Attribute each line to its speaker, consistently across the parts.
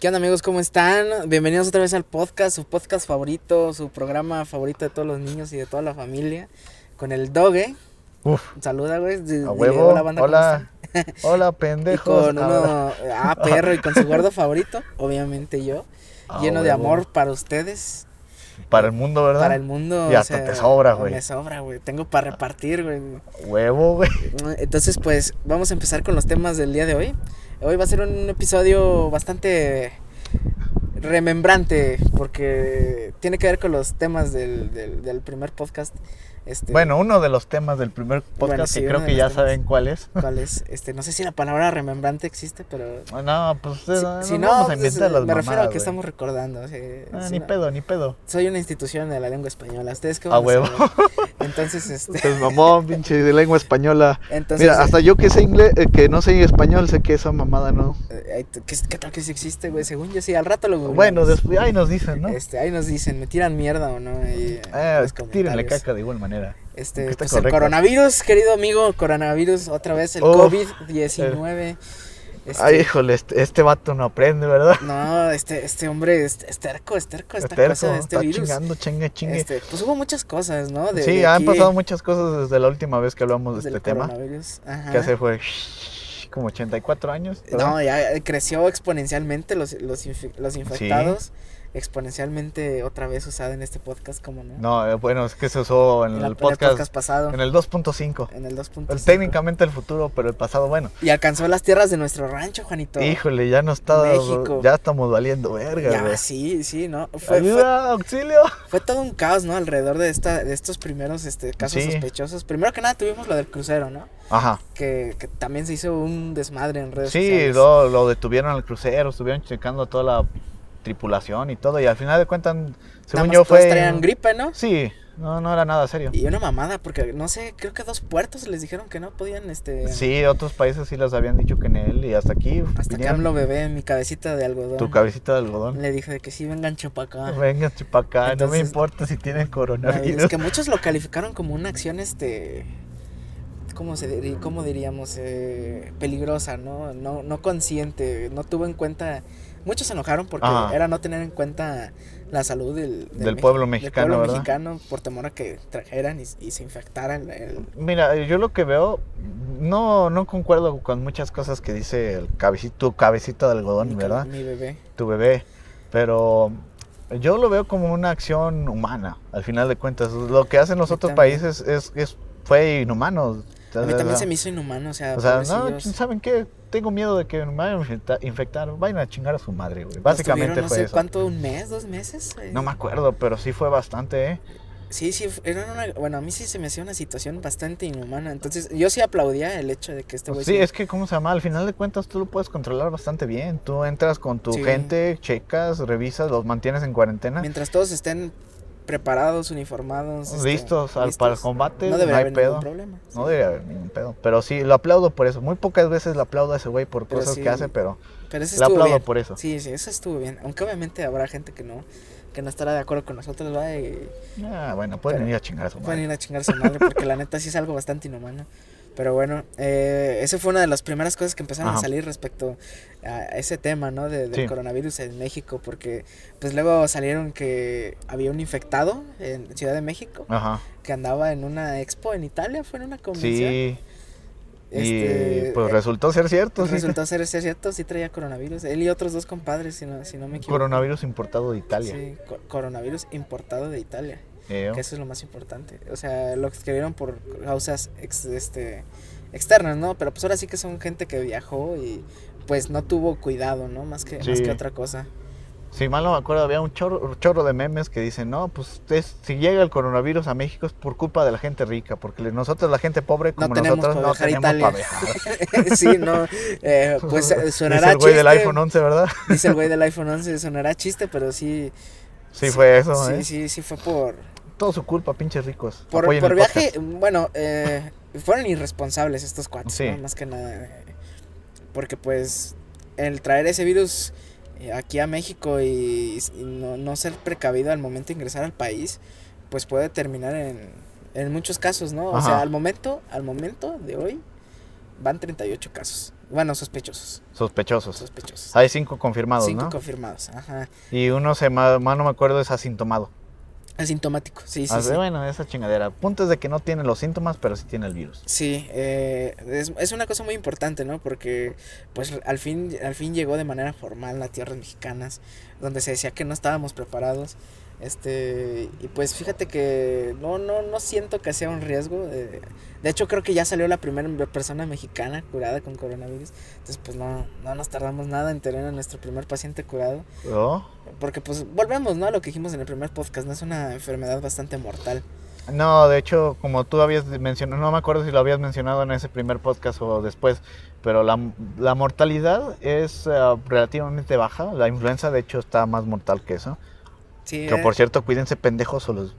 Speaker 1: ¿Qué onda amigos? ¿Cómo están? Bienvenidos otra vez al podcast, su podcast favorito, su programa favorito de todos los niños y de toda la familia, con el Doge.
Speaker 2: Uf,
Speaker 1: Saluda, güey. di-
Speaker 2: a
Speaker 1: dile,
Speaker 2: huevo.
Speaker 1: "Hola, banda, ¿cómo
Speaker 2: hola,
Speaker 1: están?"
Speaker 2: hola,
Speaker 1: Y
Speaker 2: pendejos.
Speaker 1: con uno, ah, perro, y con su gordo favorito, obviamente yo,
Speaker 2: Ah,
Speaker 1: lleno de
Speaker 2: huevo.
Speaker 1: amor para ustedes,
Speaker 2: Para el mundo, ¿verdad?
Speaker 1: para el mundo.
Speaker 2: Y
Speaker 1: o
Speaker 2: hasta
Speaker 1: sea,
Speaker 2: te sobra, güey.
Speaker 1: Me sobra, güey. Tengo para repartir, güey.
Speaker 2: Huevo, güey.
Speaker 1: Entonces, pues vamos a empezar con los temas del día de hoy. Hoy va a ser un episodio bastante remembrante porque tiene que ver con los temas del, del- del primer podcast. Este,
Speaker 2: Bueno, uno de los temas del primer podcast
Speaker 1: Bueno, sí,
Speaker 2: que
Speaker 1: uno
Speaker 2: creo
Speaker 1: de
Speaker 2: que ya
Speaker 1: los temas.
Speaker 2: saben cuál es.
Speaker 1: ¿cuál es? Este, no sé si la palabra remembrante existe, pero
Speaker 2: Ah, No, pues
Speaker 1: si,
Speaker 2: no,
Speaker 1: si
Speaker 2: no
Speaker 1: no,
Speaker 2: vamos a
Speaker 1: pues,
Speaker 2: inventar las
Speaker 1: me refiero a
Speaker 2: mamadas,
Speaker 1: que
Speaker 2: güey.
Speaker 1: estamos recordando. o sea,
Speaker 2: Ah,
Speaker 1: si
Speaker 2: ni
Speaker 1: no-
Speaker 2: pedo, ni pedo.
Speaker 1: Soy una institución de la lengua española. ¿Ustedes qué
Speaker 2: A
Speaker 1: van
Speaker 2: huevo.
Speaker 1: saber? Entonces, este,
Speaker 3: Pues mamón, pinche de lengua española.
Speaker 1: entonces
Speaker 3: Mira, hasta yo que sé inglés, eh, que no sé español, sé que esa mamada no.
Speaker 1: eh, ay, ¿qué, qué tal que sí existe, güey? Según yo sí, al rato lo googleamos.
Speaker 2: Bueno, después ahí nos dicen, ¿no?
Speaker 1: Este, ahí nos dicen, ¿me tiran mierda o no? Ahí, eh, en
Speaker 2: Ah,
Speaker 1: los
Speaker 2: tírenle
Speaker 1: comentarios.
Speaker 2: caca de igual manera.
Speaker 1: Este,
Speaker 2: que esté
Speaker 1: pues el
Speaker 2: correcto.
Speaker 1: coronavirus, querido amigo, coronavirus, otra vez el
Speaker 2: Oh. Eh.
Speaker 1: COVID-19. Este,
Speaker 2: Ay, híjole, este, este vato no aprende, ¿verdad?
Speaker 1: no, este, este hombre es, es terco, es terco esta
Speaker 2: Terco,
Speaker 1: cosa de este
Speaker 2: está
Speaker 1: virus.
Speaker 2: chingando, chingue, chingue.
Speaker 1: Este, pues hubo muchas cosas, ¿no? De,
Speaker 2: sí,
Speaker 1: de
Speaker 2: han
Speaker 1: aquí,
Speaker 2: pasado muchas cosas desde la última vez que hablamos de
Speaker 1: del
Speaker 2: este tema.
Speaker 1: coronavirus. Ajá.
Speaker 2: que hace fue como 84 años. ¿verdad?
Speaker 1: No, ya eh, creció exponencialmente los, los, infi- los infectados. Exponencialmente otra vez usada en este podcast, como no.
Speaker 2: No, eh, bueno, es que se usó en,
Speaker 1: en,
Speaker 2: el,
Speaker 1: la- en el
Speaker 2: podcast,
Speaker 1: pasado.
Speaker 2: en el 2.5.
Speaker 1: En el 2.5.
Speaker 2: El- Técnicamente el futuro, pero el pasado, bueno.
Speaker 1: Y alcanzó las tierras de nuestro rancho, Juanito.
Speaker 2: Híjole, ya no está.
Speaker 1: México.
Speaker 2: Ya estamos valiendo verga, güey.
Speaker 1: Ya, sí, sí, ¿no? Fue, fue,
Speaker 2: Ayuda, auxilio.
Speaker 1: fue todo un caos, ¿no? Alrededor de esta de estos primeros este, casos
Speaker 2: Sí.
Speaker 1: sospechosos. Primero que nada tuvimos lo del crucero, ¿no?
Speaker 2: Ajá.
Speaker 1: Que, que también se hizo un desmadre en redes
Speaker 2: Sí,
Speaker 1: sociales.
Speaker 2: lo, lo detuvieron al crucero, estuvieron checando a toda la tripulación y todo. Y al final de cuentas,
Speaker 1: Nada
Speaker 2: según
Speaker 1: más
Speaker 2: yo,
Speaker 1: todos
Speaker 2: fue.
Speaker 1: traían gripe, ¿no?
Speaker 2: Sí, no, no era nada serio.
Speaker 1: Y una mamada, porque no sé, creo que dos puertos les dijeron que no podían, este...
Speaker 2: Sí, otros países sí les habían dicho que en él. Y hasta aquí.
Speaker 1: Hasta que
Speaker 2: vinieron
Speaker 1: AMLO bebé en mi cabecita de algodón.
Speaker 2: Tu cabecita de algodón.
Speaker 1: Le dije de que sí, vengan chupa acá.
Speaker 2: Venga, chupa acá, no me
Speaker 1: Ah. Entonces-
Speaker 2: importa si tienen coronavirus.
Speaker 1: Es que muchos lo calificaron como una acción, este, ¿cómo, se diri- cómo diríamos? Eh, peligrosa, ¿no? ¿no? No consciente, no tuvo en cuenta... Muchos se enojaron porque
Speaker 2: Ajá.
Speaker 1: era no tener en cuenta la salud del,
Speaker 2: Ah. Del pueblo
Speaker 1: Del
Speaker 2: mexicano,
Speaker 1: pueblo
Speaker 2: ¿verdad?
Speaker 1: mexicano por temor a que trajeran y, y se infectaran. el-
Speaker 2: Mira, yo lo que veo, no, no concuerdo con muchas cosas que dice el cabeci- tu cabecita de
Speaker 1: mi,
Speaker 2: algodón,
Speaker 1: cal-
Speaker 2: ¿verdad?
Speaker 1: mi bebé.
Speaker 2: Tu bebé. Pero yo lo veo como una acción humana, al final de cuentas. Lo que hacen los
Speaker 1: A mí
Speaker 2: otros
Speaker 1: también.
Speaker 2: países es, es- fue inhumano.
Speaker 1: A mí también se me hizo inhumano, o sea,
Speaker 2: O sea, no,
Speaker 1: Ah, pobrecillos.
Speaker 2: ¿saben qué? Tengo miedo de que me vayan a infecta- infectar. Vayan a chingar a su madre, güey.
Speaker 1: Los tuvieron,
Speaker 2: Básicamente
Speaker 1: no
Speaker 2: fue
Speaker 1: sé
Speaker 2: eso.
Speaker 1: cuánto, un mes, dos meses. eh.
Speaker 2: No me acuerdo, pero sí fue bastante, ¿eh?
Speaker 1: Sí, sí, f- era una, bueno, a mí sí se me hacía una situación bastante inhumana. Entonces, yo sí aplaudía el hecho de que este güey...
Speaker 2: Pues Sí, es que, ¿cómo se llama? Al final de cuentas, tú lo puedes controlar bastante bien. Tú entras con tu
Speaker 1: Sí.
Speaker 2: gente, checas, revisas, los mantienes en cuarentena.
Speaker 1: Mientras todos estén preparados, uniformados... este,
Speaker 2: listos, al, para el
Speaker 1: listos,
Speaker 2: combate,
Speaker 1: No
Speaker 2: no,
Speaker 1: debería
Speaker 2: hay
Speaker 1: haber
Speaker 2: pedo.
Speaker 1: ningún problema. sí.
Speaker 2: No debería haber ningún pedo. Pero sí, lo aplaudo por eso. Muy pocas veces le aplaudo a ese güey por
Speaker 1: Pero
Speaker 2: cosas
Speaker 1: sí,
Speaker 2: que hace, pero
Speaker 1: Pero eso
Speaker 2: le
Speaker 1: estuvo
Speaker 2: aplaudo
Speaker 1: bien.
Speaker 2: por eso.
Speaker 1: Sí, sí, eso estuvo bien. Aunque obviamente habrá gente que no que no estará de acuerdo con nosotros, va y
Speaker 2: Ah, bueno, pueden
Speaker 1: Pero-
Speaker 2: ir a chingar a su
Speaker 1: pueden
Speaker 2: madre.
Speaker 1: ir a chingar a su madre, porque la neta sí es algo bastante inhumano. Pero bueno, eh, esa fue una de las primeras cosas que empezaron a
Speaker 2: Ajá.
Speaker 1: salir respecto a ese tema, ¿no? De- del
Speaker 2: Sí.
Speaker 1: coronavirus en México, porque pues luego salieron que había un infectado en Ciudad de México
Speaker 2: Ajá.
Speaker 1: que andaba en una expo en Italia, fue en una convención.
Speaker 2: Ah. Sí.
Speaker 1: Este,
Speaker 2: y pues
Speaker 1: eh,
Speaker 2: resultó ser cierto. sí.
Speaker 1: resultó ser, ser cierto, sí traía coronavirus. Él y otros dos compadres, si no, si no me equivoco.
Speaker 2: Coronavirus importado de Italia.
Speaker 1: Sí, co- coronavirus importado de Italia.
Speaker 2: Eh,
Speaker 1: Que eso es lo más importante. O sea, lo escribieron por causas ex- este, externas, ¿no? Pero pues ahora sí que son gente que viajó y pues no tuvo cuidado, ¿no? Más que, más
Speaker 2: Sí.
Speaker 1: que otra cosa.
Speaker 2: Si mal no me acuerdo, había un chorro, chorro de memes que dicen, no, pues es- si llega el coronavirus a México es por culpa de la gente rica, porque le- nosotros, la gente pobre,
Speaker 1: No
Speaker 2: como
Speaker 1: tenemos
Speaker 2: nosotros,
Speaker 1: para
Speaker 2: no
Speaker 1: viajar a
Speaker 2: tenemos
Speaker 1: Italia".
Speaker 2: para viajar.
Speaker 1: sí, no. eh, pues eh,
Speaker 2: Dice
Speaker 1: sonará
Speaker 2: el güey del
Speaker 1: chiste,
Speaker 2: iPhone 11, ¿verdad?
Speaker 1: Dice el güey del iPhone 11, sonará chiste, pero sí.
Speaker 2: Sí, fue eso,
Speaker 1: Sí,
Speaker 2: ¿eh?
Speaker 1: sí, sí fue por,
Speaker 2: Todo su culpa, pinches ricos.
Speaker 1: Por,
Speaker 2: Apoyen
Speaker 1: por
Speaker 2: el
Speaker 1: viaje,
Speaker 2: podcast.
Speaker 1: bueno, eh, fueron irresponsables estos cuates,
Speaker 2: Sí.
Speaker 1: ¿no? más que nada. eh, Porque pues el traer ese virus eh, aquí a México y, y no, no ser precavido al momento de ingresar al país, pues puede terminar en, en muchos casos, ¿no? O sea,
Speaker 2: Ajá.
Speaker 1: al momento, al momento de hoy van 38 casos Bueno, sospechosos.
Speaker 2: Sospechosos.
Speaker 1: Sospechosos.
Speaker 2: Pues, Hay cinco confirmados,
Speaker 1: Cinco
Speaker 2: ¿no?
Speaker 1: confirmados. Ajá.
Speaker 2: Y uno se ma- más no me acuerdo es asintomado.
Speaker 1: Asintomático. Sí, sí.
Speaker 2: Ah,
Speaker 1: sí.
Speaker 2: Bueno, esa chingadera. Punto es de que no tiene los síntomas, pero sí tiene el virus.
Speaker 1: Sí, eh, es, es una cosa muy importante, ¿no? Porque pues al fin, al fin llegó de manera formal a tierras mexicanas, donde se decía que no estábamos preparados. Este, y pues fíjate que no, no, no siento que sea un riesgo. eh, de hecho, creo que ya salió la primera persona mexicana curada con coronavirus. Entonces, pues no, no nos tardamos nada en tener a nuestro primer paciente curado.
Speaker 2: ¿Oh?
Speaker 1: Porque pues volvemos, ¿no? A lo que dijimos en el primer podcast, ¿no? Es una enfermedad bastante mortal.
Speaker 2: No, de hecho, como tú habías mencionado, no me acuerdo si lo habías mencionado en ese primer podcast o después, pero la, la mortalidad es eh, relativamente baja. La influenza, de hecho, está más mortal que eso.
Speaker 1: Sí,
Speaker 2: Que
Speaker 1: eh.
Speaker 2: por cierto, cuídense pendejos o los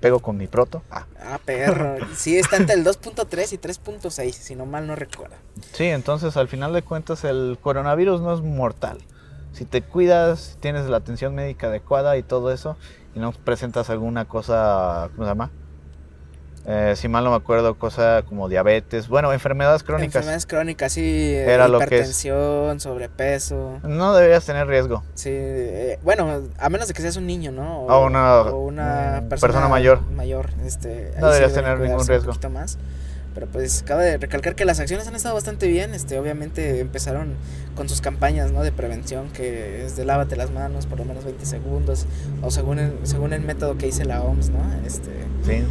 Speaker 2: pego con mi proto. Ah.
Speaker 1: Ah, perro. Sí, está entre el 2.3 y 3.6, si no mal no recuerdo.
Speaker 2: Sí, entonces al final de cuentas el coronavirus no es mortal. Si te cuidas, si tienes la atención médica adecuada y todo eso, y no presentas alguna cosa, ¿cómo se llama? Eh, si mal no me acuerdo, cosa como diabetes, bueno, enfermedades crónicas.
Speaker 1: Enfermedades crónicas, sí. eh,
Speaker 2: Era lo que es.
Speaker 1: hipertensión, sobrepeso.
Speaker 2: No deberías tener riesgo.
Speaker 1: Sí, eh, bueno, a menos de que seas un niño, ¿no?
Speaker 2: O Ah, una-
Speaker 1: o una
Speaker 2: mm,
Speaker 1: persona,
Speaker 2: persona mayor.
Speaker 1: Mayor, este. ahí
Speaker 2: No
Speaker 1: deben
Speaker 2: deberías tener ningún
Speaker 1: cuidarse un
Speaker 2: riesgo.
Speaker 1: poquito más. Pero pues cabe de recalcar que las acciones han estado bastante bien, este, obviamente empezaron con sus campañas, ¿no? De prevención, que es de lávate las manos por lo menos 20 segundos, o según el, según el método que dice la OMS, ¿no? Este,
Speaker 2: Sí.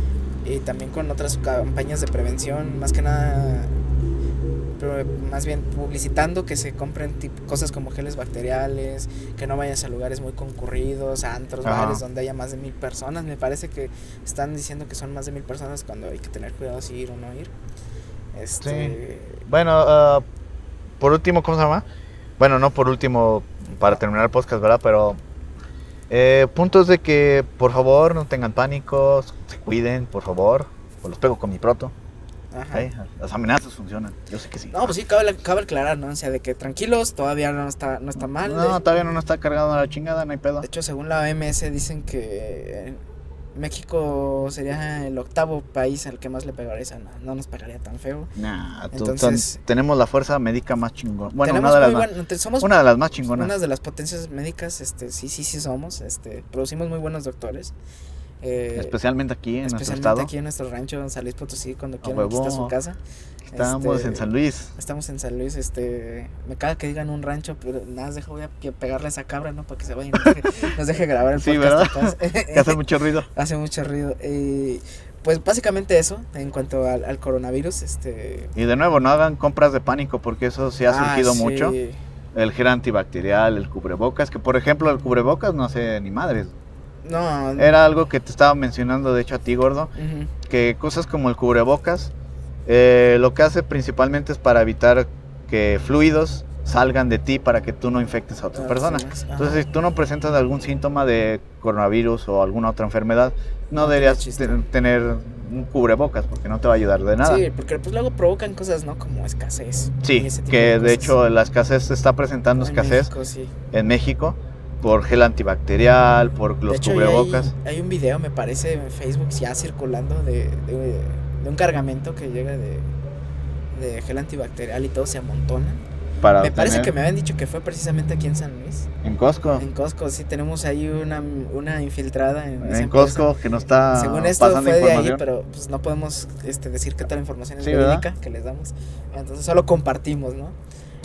Speaker 1: y también con otras campañas de prevención, más que nada, pero más bien publicitando que se compren tip- cosas como geles bacteriales, que no vayas a lugares muy concurridos, a antros,
Speaker 2: Ajá.
Speaker 1: bares donde haya más de mil personas. Me parece que están diciendo que son más de mil personas cuando hay que tener cuidado si ir o no ir. Este,
Speaker 2: Bueno, ah, por último, ¿cómo se llama? Bueno, no por último, para terminar el podcast, ¿verdad? Pero eh, puntos de que, por favor, no tengan pánico, se cuiden, por favor. O los pego con mi proto.
Speaker 1: ajá.
Speaker 2: ¿eh? Las amenazas funcionan, yo sé que sí.
Speaker 1: No, pues sí, cabe, cabe aclarar, ¿no? O sea, de que tranquilos, todavía no está, no está mal.
Speaker 2: No,
Speaker 1: de-
Speaker 2: todavía no nos está cargando a la chingada, no hay pedo.
Speaker 1: De hecho, según la OMS dicen que eh, México sería el octavo país al que más le pegaría, esa- no, no nos pegaría tan feo.
Speaker 2: Nah, tú-
Speaker 1: Entonces-
Speaker 2: tan- tenemos la fuerza médica más chingona. Bueno,
Speaker 1: Tenemos
Speaker 2: una de, las
Speaker 1: muy
Speaker 2: más,
Speaker 1: buen- te- somos
Speaker 2: una de las más chingonas.
Speaker 1: una de las potencias médicas, este, sí, sí, sí somos, este, producimos muy buenos doctores. eh,
Speaker 2: especialmente aquí en nuestro
Speaker 1: especialmente
Speaker 2: estado.
Speaker 1: aquí en nuestro rancho, en San Luis Potosí, cuando quieran, aquí
Speaker 2: huevo.
Speaker 1: está su casa.
Speaker 2: Estamos
Speaker 1: Este,
Speaker 2: en San Luis.
Speaker 1: Estamos en San Luis, este, me caga que digan un rancho, pero nada, más deja, voy a pe- pegarle a esa cabra, ¿no? Para que se vaya y nos deje, nos deje grabar el
Speaker 2: Sí,
Speaker 1: podcast. en paz.
Speaker 2: Que hace mucho ruido.
Speaker 1: hace mucho ruido. Y pues básicamente eso, en cuanto al, al coronavirus, este...
Speaker 2: Y de nuevo, no hagan compras de pánico porque eso sí ha
Speaker 1: ah,
Speaker 2: surgido
Speaker 1: sí.
Speaker 2: mucho. El gel antibacterial, el cubrebocas, que por ejemplo el cubrebocas no hace ni madres.
Speaker 1: No,
Speaker 2: Era algo que te estaba mencionando de hecho a ti, gordo,
Speaker 1: ujú,
Speaker 2: que cosas como el cubrebocas eh, lo que hace principalmente es para evitar que fluidos salgan de ti para que tú no infectes a otras
Speaker 1: otras
Speaker 2: personas.
Speaker 1: personas, Ah, ajá.
Speaker 2: Entonces, si tú no presentas algún síntoma de coronavirus o alguna otra enfermedad, no,
Speaker 1: No tiene
Speaker 2: deberías
Speaker 1: chiste.
Speaker 2: te- tener un cubrebocas porque no te va a ayudar de nada.
Speaker 1: Sí, porque pues luego provocan cosas, ¿no? Como escasez. y
Speaker 2: Sí,
Speaker 1: ese tipo
Speaker 2: que de
Speaker 1: cosas.
Speaker 2: hecho la escasez se está presentando
Speaker 1: En
Speaker 2: escasez
Speaker 1: México, sí.
Speaker 2: en México por gel antibacterial, por
Speaker 1: De
Speaker 2: los
Speaker 1: hecho, ahí
Speaker 2: cubrebocas.
Speaker 1: Hay, hay un video, me parece, en Facebook ya circulando de, de- de un cargamento que llega de, de gel antibacterial y todo se amontona.
Speaker 2: Para
Speaker 1: Me parece que
Speaker 2: obtener
Speaker 1: me habían dicho que fue precisamente aquí en San Luis.
Speaker 2: en Costco,
Speaker 1: En Costco, sí, tenemos ahí una, una infiltrada en,
Speaker 2: en,
Speaker 1: esa empresa.
Speaker 2: Costco que nos está
Speaker 1: Según esto
Speaker 2: pasando
Speaker 1: fue de ahí,
Speaker 2: información.
Speaker 1: pero pues, no podemos este, decir qué tal información es
Speaker 2: Sí, ¿verdad?
Speaker 1: verídica que les damos. Entonces solo compartimos, ¿no?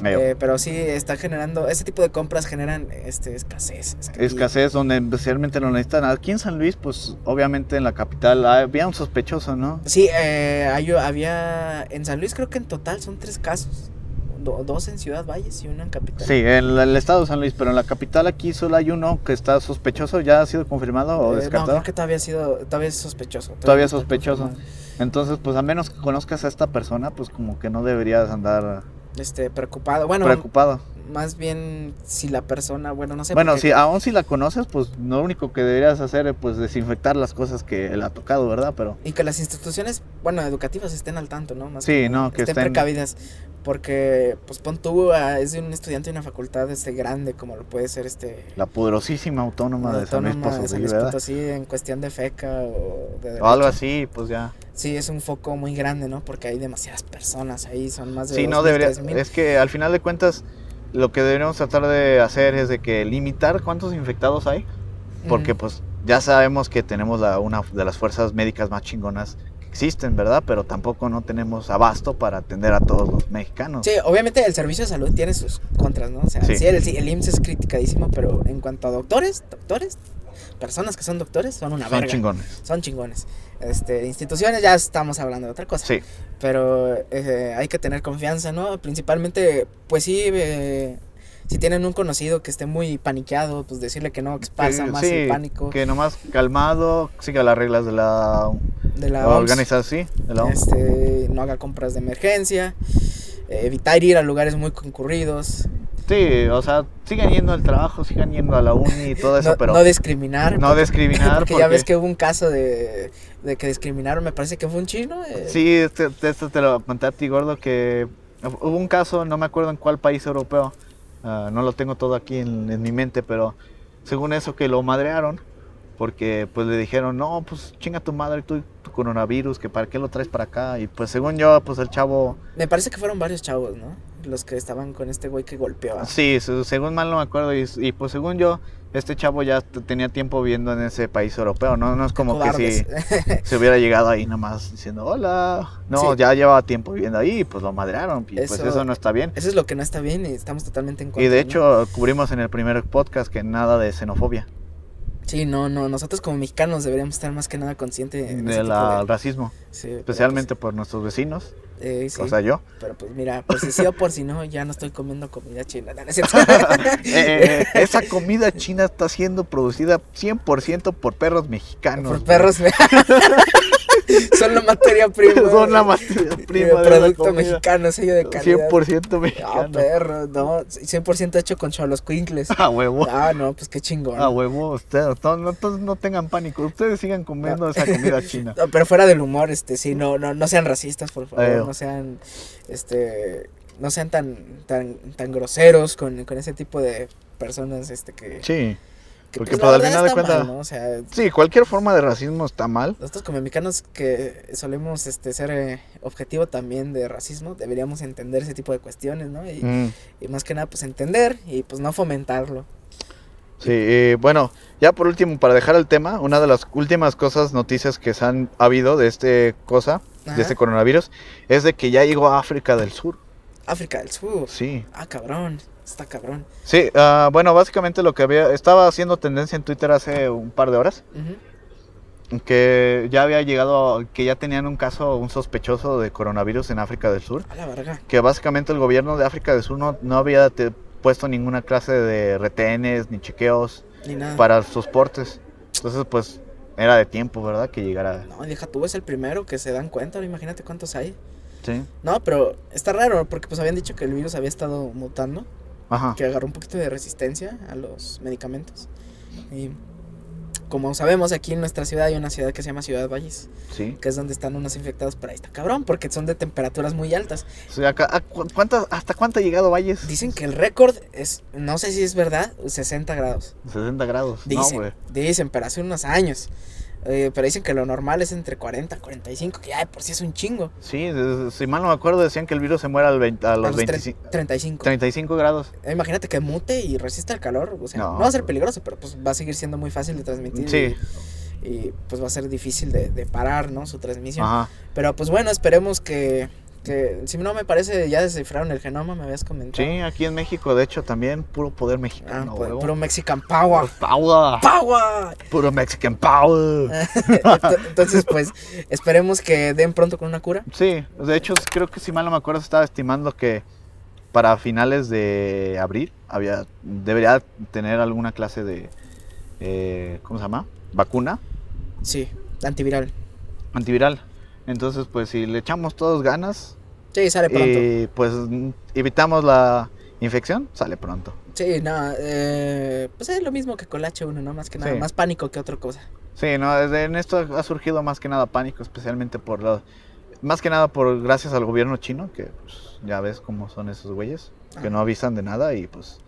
Speaker 2: Ahí va.
Speaker 1: Eh, pero sí está generando, ese tipo de compras generan este, escasez. esca-
Speaker 2: Escasez donde especialmente lo necesitan. Aquí en San Luis, pues obviamente en la capital había un sospechoso, ¿no?
Speaker 1: y- Sí, eh, hay- había en San Luis creo que en total son tres casos. do- dos en Ciudad Valles y uno en Capital.
Speaker 2: Sí, en el estado de San Luis, pero en la capital aquí solo hay uno que está sospechoso, ya ha sido confirmado o
Speaker 1: Eh, no,
Speaker 2: descartado.
Speaker 1: creo que todavía ha sido, todavía es sospechoso.
Speaker 2: Todavía
Speaker 1: no está
Speaker 2: sospechoso.
Speaker 1: confirmado.
Speaker 2: Entonces, pues a menos que conozcas a esta persona, pues como que no deberías andar
Speaker 1: Este, preocupado. Bueno,
Speaker 2: preocupado.
Speaker 1: más bien si la persona, bueno, no sé.
Speaker 2: bueno,
Speaker 1: porque-
Speaker 2: si aún si la conoces, pues lo único que deberías hacer es pues desinfectar las cosas que él ha tocado, ¿verdad? Pero
Speaker 1: Y que las instituciones, bueno, educativas estén al tanto, ¿no? Más
Speaker 2: sí, no, que
Speaker 1: estén
Speaker 2: estén
Speaker 1: precavidas. Porque, pues pon tú, a- es de un estudiante de una facultad este, grande, como lo puede ser este.
Speaker 2: La poderosísima autónoma,
Speaker 1: la
Speaker 2: de San Luis
Speaker 1: Autónoma de
Speaker 2: Potosí,
Speaker 1: San Luis
Speaker 2: ¿verdad?
Speaker 1: Potosí, en cuestión de feca o de
Speaker 2: O
Speaker 1: derecho.
Speaker 2: algo así, pues ya.
Speaker 1: Sí, es un foco muy grande, ¿no? Porque hay demasiadas personas ahí, son más Pues de
Speaker 2: Sí, no
Speaker 1: 2.000,
Speaker 2: debería.
Speaker 1: 3.000.
Speaker 2: Es que al final de cuentas, lo que deberíamos tratar de hacer es de que limitar cuántos infectados hay, porque
Speaker 1: Ujú.
Speaker 2: pues ya sabemos que tenemos la, una de las fuerzas médicas más chingonas que existen, ¿verdad? Pero tampoco no tenemos abasto para atender a todos los mexicanos.
Speaker 1: Sí, obviamente el servicio de salud tiene sus contras, ¿no? O sea,
Speaker 2: Sí.
Speaker 1: sí, el, sí, el IMSS es criticadísimo, pero en cuanto a doctores, doctores, personas que son doctores, son una
Speaker 2: Son
Speaker 1: verga.
Speaker 2: chingones.
Speaker 1: Son chingones. Este, instituciones ya estamos hablando de otra cosa.
Speaker 2: Sí,
Speaker 1: Pero eh, hay que tener confianza, ¿no? Principalmente, pues sí, eh, si tienen un conocido que esté muy paniqueado, pues decirle que no, que pasa
Speaker 2: Eh,
Speaker 1: más
Speaker 2: sí,
Speaker 1: el pánico
Speaker 2: que nomás calmado, siga las reglas de la,
Speaker 1: de la OMS.
Speaker 2: organización, sí, de la OMS.
Speaker 1: Este, no haga compras de emergencia, eh, evitar ir a lugares muy concurridos,
Speaker 2: Sí, o sea, sigan yendo al trabajo, sigan yendo a la uni y todo eso,
Speaker 1: no,
Speaker 2: pero
Speaker 1: no
Speaker 2: no,
Speaker 1: discriminar. porque-
Speaker 2: discriminar.
Speaker 1: porque ya ves que hubo un caso de, de que discriminaron, me parece que fue un chino. eh,
Speaker 2: Sí, este- esto te lo conté a ti, gordo, que hubo un caso, no me acuerdo en cuál país europeo, ah, no lo tengo todo aquí en, en mi mente, pero según eso que lo madrearon, porque pues le dijeron, no, pues chinga tu madre, tú y tu coronavirus, que para qué lo traes para acá, y pues según yo, pues el chavo,
Speaker 1: Me parece que fueron varios chavos, ¿no? Los que estaban con este güey que golpeaba.
Speaker 2: sí, se- según mal no me acuerdo, y, y, pues según yo, este chavo ya t- tenía tiempo viviendo en ese país europeo, no, no es como que si...
Speaker 1: Cobardes.
Speaker 2: se hubiera llegado ahí nomás diciendo hola. No,
Speaker 1: Sí.
Speaker 2: ya llevaba tiempo viviendo ahí, pues lo madrearon, y pues
Speaker 1: Eso-
Speaker 2: eso no está bien.
Speaker 1: Eso es lo que no está bien y estamos totalmente en contra.
Speaker 2: Y de
Speaker 1: ¿no?
Speaker 2: hecho cubrimos en el primer podcast que nada de xenofobia,
Speaker 1: Sí, no, no. Nosotros como mexicanos deberíamos estar más que nada conscientes de, Eh, ese
Speaker 2: del
Speaker 1: tipo de-
Speaker 2: racismo,
Speaker 1: Sí, pero
Speaker 2: especialmente por nuestros vecinos,
Speaker 1: pues, eh, sí,
Speaker 2: o sea yo.
Speaker 1: pero pues mira, por si sí o por si no, ya no estoy comiendo comida china. No, no es cierto.
Speaker 2: Eh, esa comida china está siendo producida 100% por perros mexicanos.
Speaker 1: Por perros. Son la materia prima.
Speaker 2: Son la
Speaker 1: güey.
Speaker 2: materia prima
Speaker 1: Eh,
Speaker 2: de la
Speaker 1: producto
Speaker 2: comida.
Speaker 1: mexicano, sello de calidad.
Speaker 2: 100%
Speaker 1: Ah,
Speaker 2: mexicano.
Speaker 1: perro, no, 100% hecho con cholos cuincles.
Speaker 2: A huevo.
Speaker 1: Ah, no, pues qué chingón.
Speaker 2: A huevo, ustedes no, no, no tengan pánico, ustedes sigan comiendo esa comida china.
Speaker 1: No, pero fuera del humor, este, sí, no, no, no sean racistas, por favor,
Speaker 2: Eh.
Speaker 1: no sean, este, no sean tan, tan, tan groseros con, con ese tipo de personas, este, que,
Speaker 2: Sí.
Speaker 1: que,
Speaker 2: porque
Speaker 1: la
Speaker 2: pues, al
Speaker 1: verdad
Speaker 2: final de
Speaker 1: está mal,
Speaker 2: cuentas-
Speaker 1: ¿no? O sea,
Speaker 2: Sí, cualquier forma de racismo está mal.
Speaker 1: nosotros como mexicanos que solemos, este, ser eh, objetivo también de racismo, deberíamos entender ese tipo de cuestiones, ¿no? Y,
Speaker 2: Mm.
Speaker 1: y más que nada, pues, entender y, pues, no fomentarlo.
Speaker 2: Sí, y bueno, ya por último, para dejar el tema, una de las últimas cosas, noticias que se han habido de este cosa,
Speaker 1: Ajá.
Speaker 2: de este coronavirus, es de que ya llegó a África del Sur.
Speaker 1: África del Sur.
Speaker 2: Sí.
Speaker 1: Ah, cabrón, está cabrón.
Speaker 2: Sí, ah, bueno, básicamente lo que había, estaba haciendo tendencia en Twitter hace un par de horas,
Speaker 1: Ujú.
Speaker 2: que ya había llegado, que ya tenían un caso, un sospechoso de coronavirus en África del Sur.
Speaker 1: A la verga.
Speaker 2: que básicamente el gobierno de África del Sur no, no había te- puesto ninguna clase de retenes ni chequeos
Speaker 1: Ni nada.
Speaker 2: para sus portes. Entonces, pues, era de tiempo, ¿verdad? Que llegara.
Speaker 1: No, deja tú, es el primero que se dan cuenta. ahora Imagínate cuántos hay.
Speaker 2: Sí.
Speaker 1: No, pero está raro porque pues habían dicho que el virus había estado mutando,
Speaker 2: Ajá.
Speaker 1: que agarró un poquito de resistencia a los medicamentos. Y como sabemos, aquí en nuestra ciudad hay una ciudad que se llama Ciudad Valles,
Speaker 2: Sí.
Speaker 1: que es donde están unos infectados, pero ahí está cabrón porque son de temperaturas muy altas.
Speaker 2: Sí, acá- ah, cu- ¿cuántas- ¿Hasta cuánto ha llegado Valles?
Speaker 1: Dicen que el récord es, no sé si es verdad, 60 grados.
Speaker 2: 60 grados.
Speaker 1: Dicen,
Speaker 2: No, güey.
Speaker 1: dicen, pero hace unos años. Eh, pero dicen que lo normal es entre 40 45, que ya de por sí es un chingo.
Speaker 2: Sí, es- si mal no me acuerdo, decían que el virus se muere al 20 a
Speaker 1: A
Speaker 2: los
Speaker 1: los tre-
Speaker 2: 25
Speaker 1: 35.
Speaker 2: 35 grados.
Speaker 1: Eh, Imagínate que mute y resista el calor. O sea,
Speaker 2: No.
Speaker 1: no, va a ser peligroso, pero pues va a seguir siendo muy fácil de transmitir.
Speaker 2: Sí.
Speaker 1: Y, y, pues va a ser difícil de, de parar, ¿no? Su transmisión.
Speaker 2: Ajá.
Speaker 1: Pero pues bueno, esperemos que, que. Si no me parece, ya descifraron el genoma, me habías comentado.
Speaker 2: Sí, aquí en México, de hecho, también puro poder
Speaker 1: Ah,
Speaker 2: mexicano.
Speaker 1: pu-
Speaker 2: huevo.
Speaker 1: puro Ah. Mexican Power.
Speaker 2: Power.
Speaker 1: ¡Power!
Speaker 2: Puro Mexican Power.
Speaker 1: Ah. Ento- Entonces, pues, esperemos que den pronto con una cura.
Speaker 2: Sí, de hecho creo que si mal no me acuerdo estaba estimando que para finales de abril había debería tener alguna clase de eh, ¿cómo se llama? vacuna
Speaker 1: Sí, antiviral.
Speaker 2: antiviral. Entonces pues si le echamos todos ganas
Speaker 1: Sí, sale pronto.
Speaker 2: y pues mm, evitamos la infección, sale pronto.
Speaker 1: Sí, no. eh, pues es lo mismo que con la H1, ¿no? Más que nada,
Speaker 2: Sí.
Speaker 1: más pánico que otra cosa.
Speaker 2: Sí, no, desde en esto ha surgido más que nada pánico, especialmente por los Más que nada por gracias al gobierno chino, que pues, ya ves cómo son esos güeyes, que no avisan de nada y pues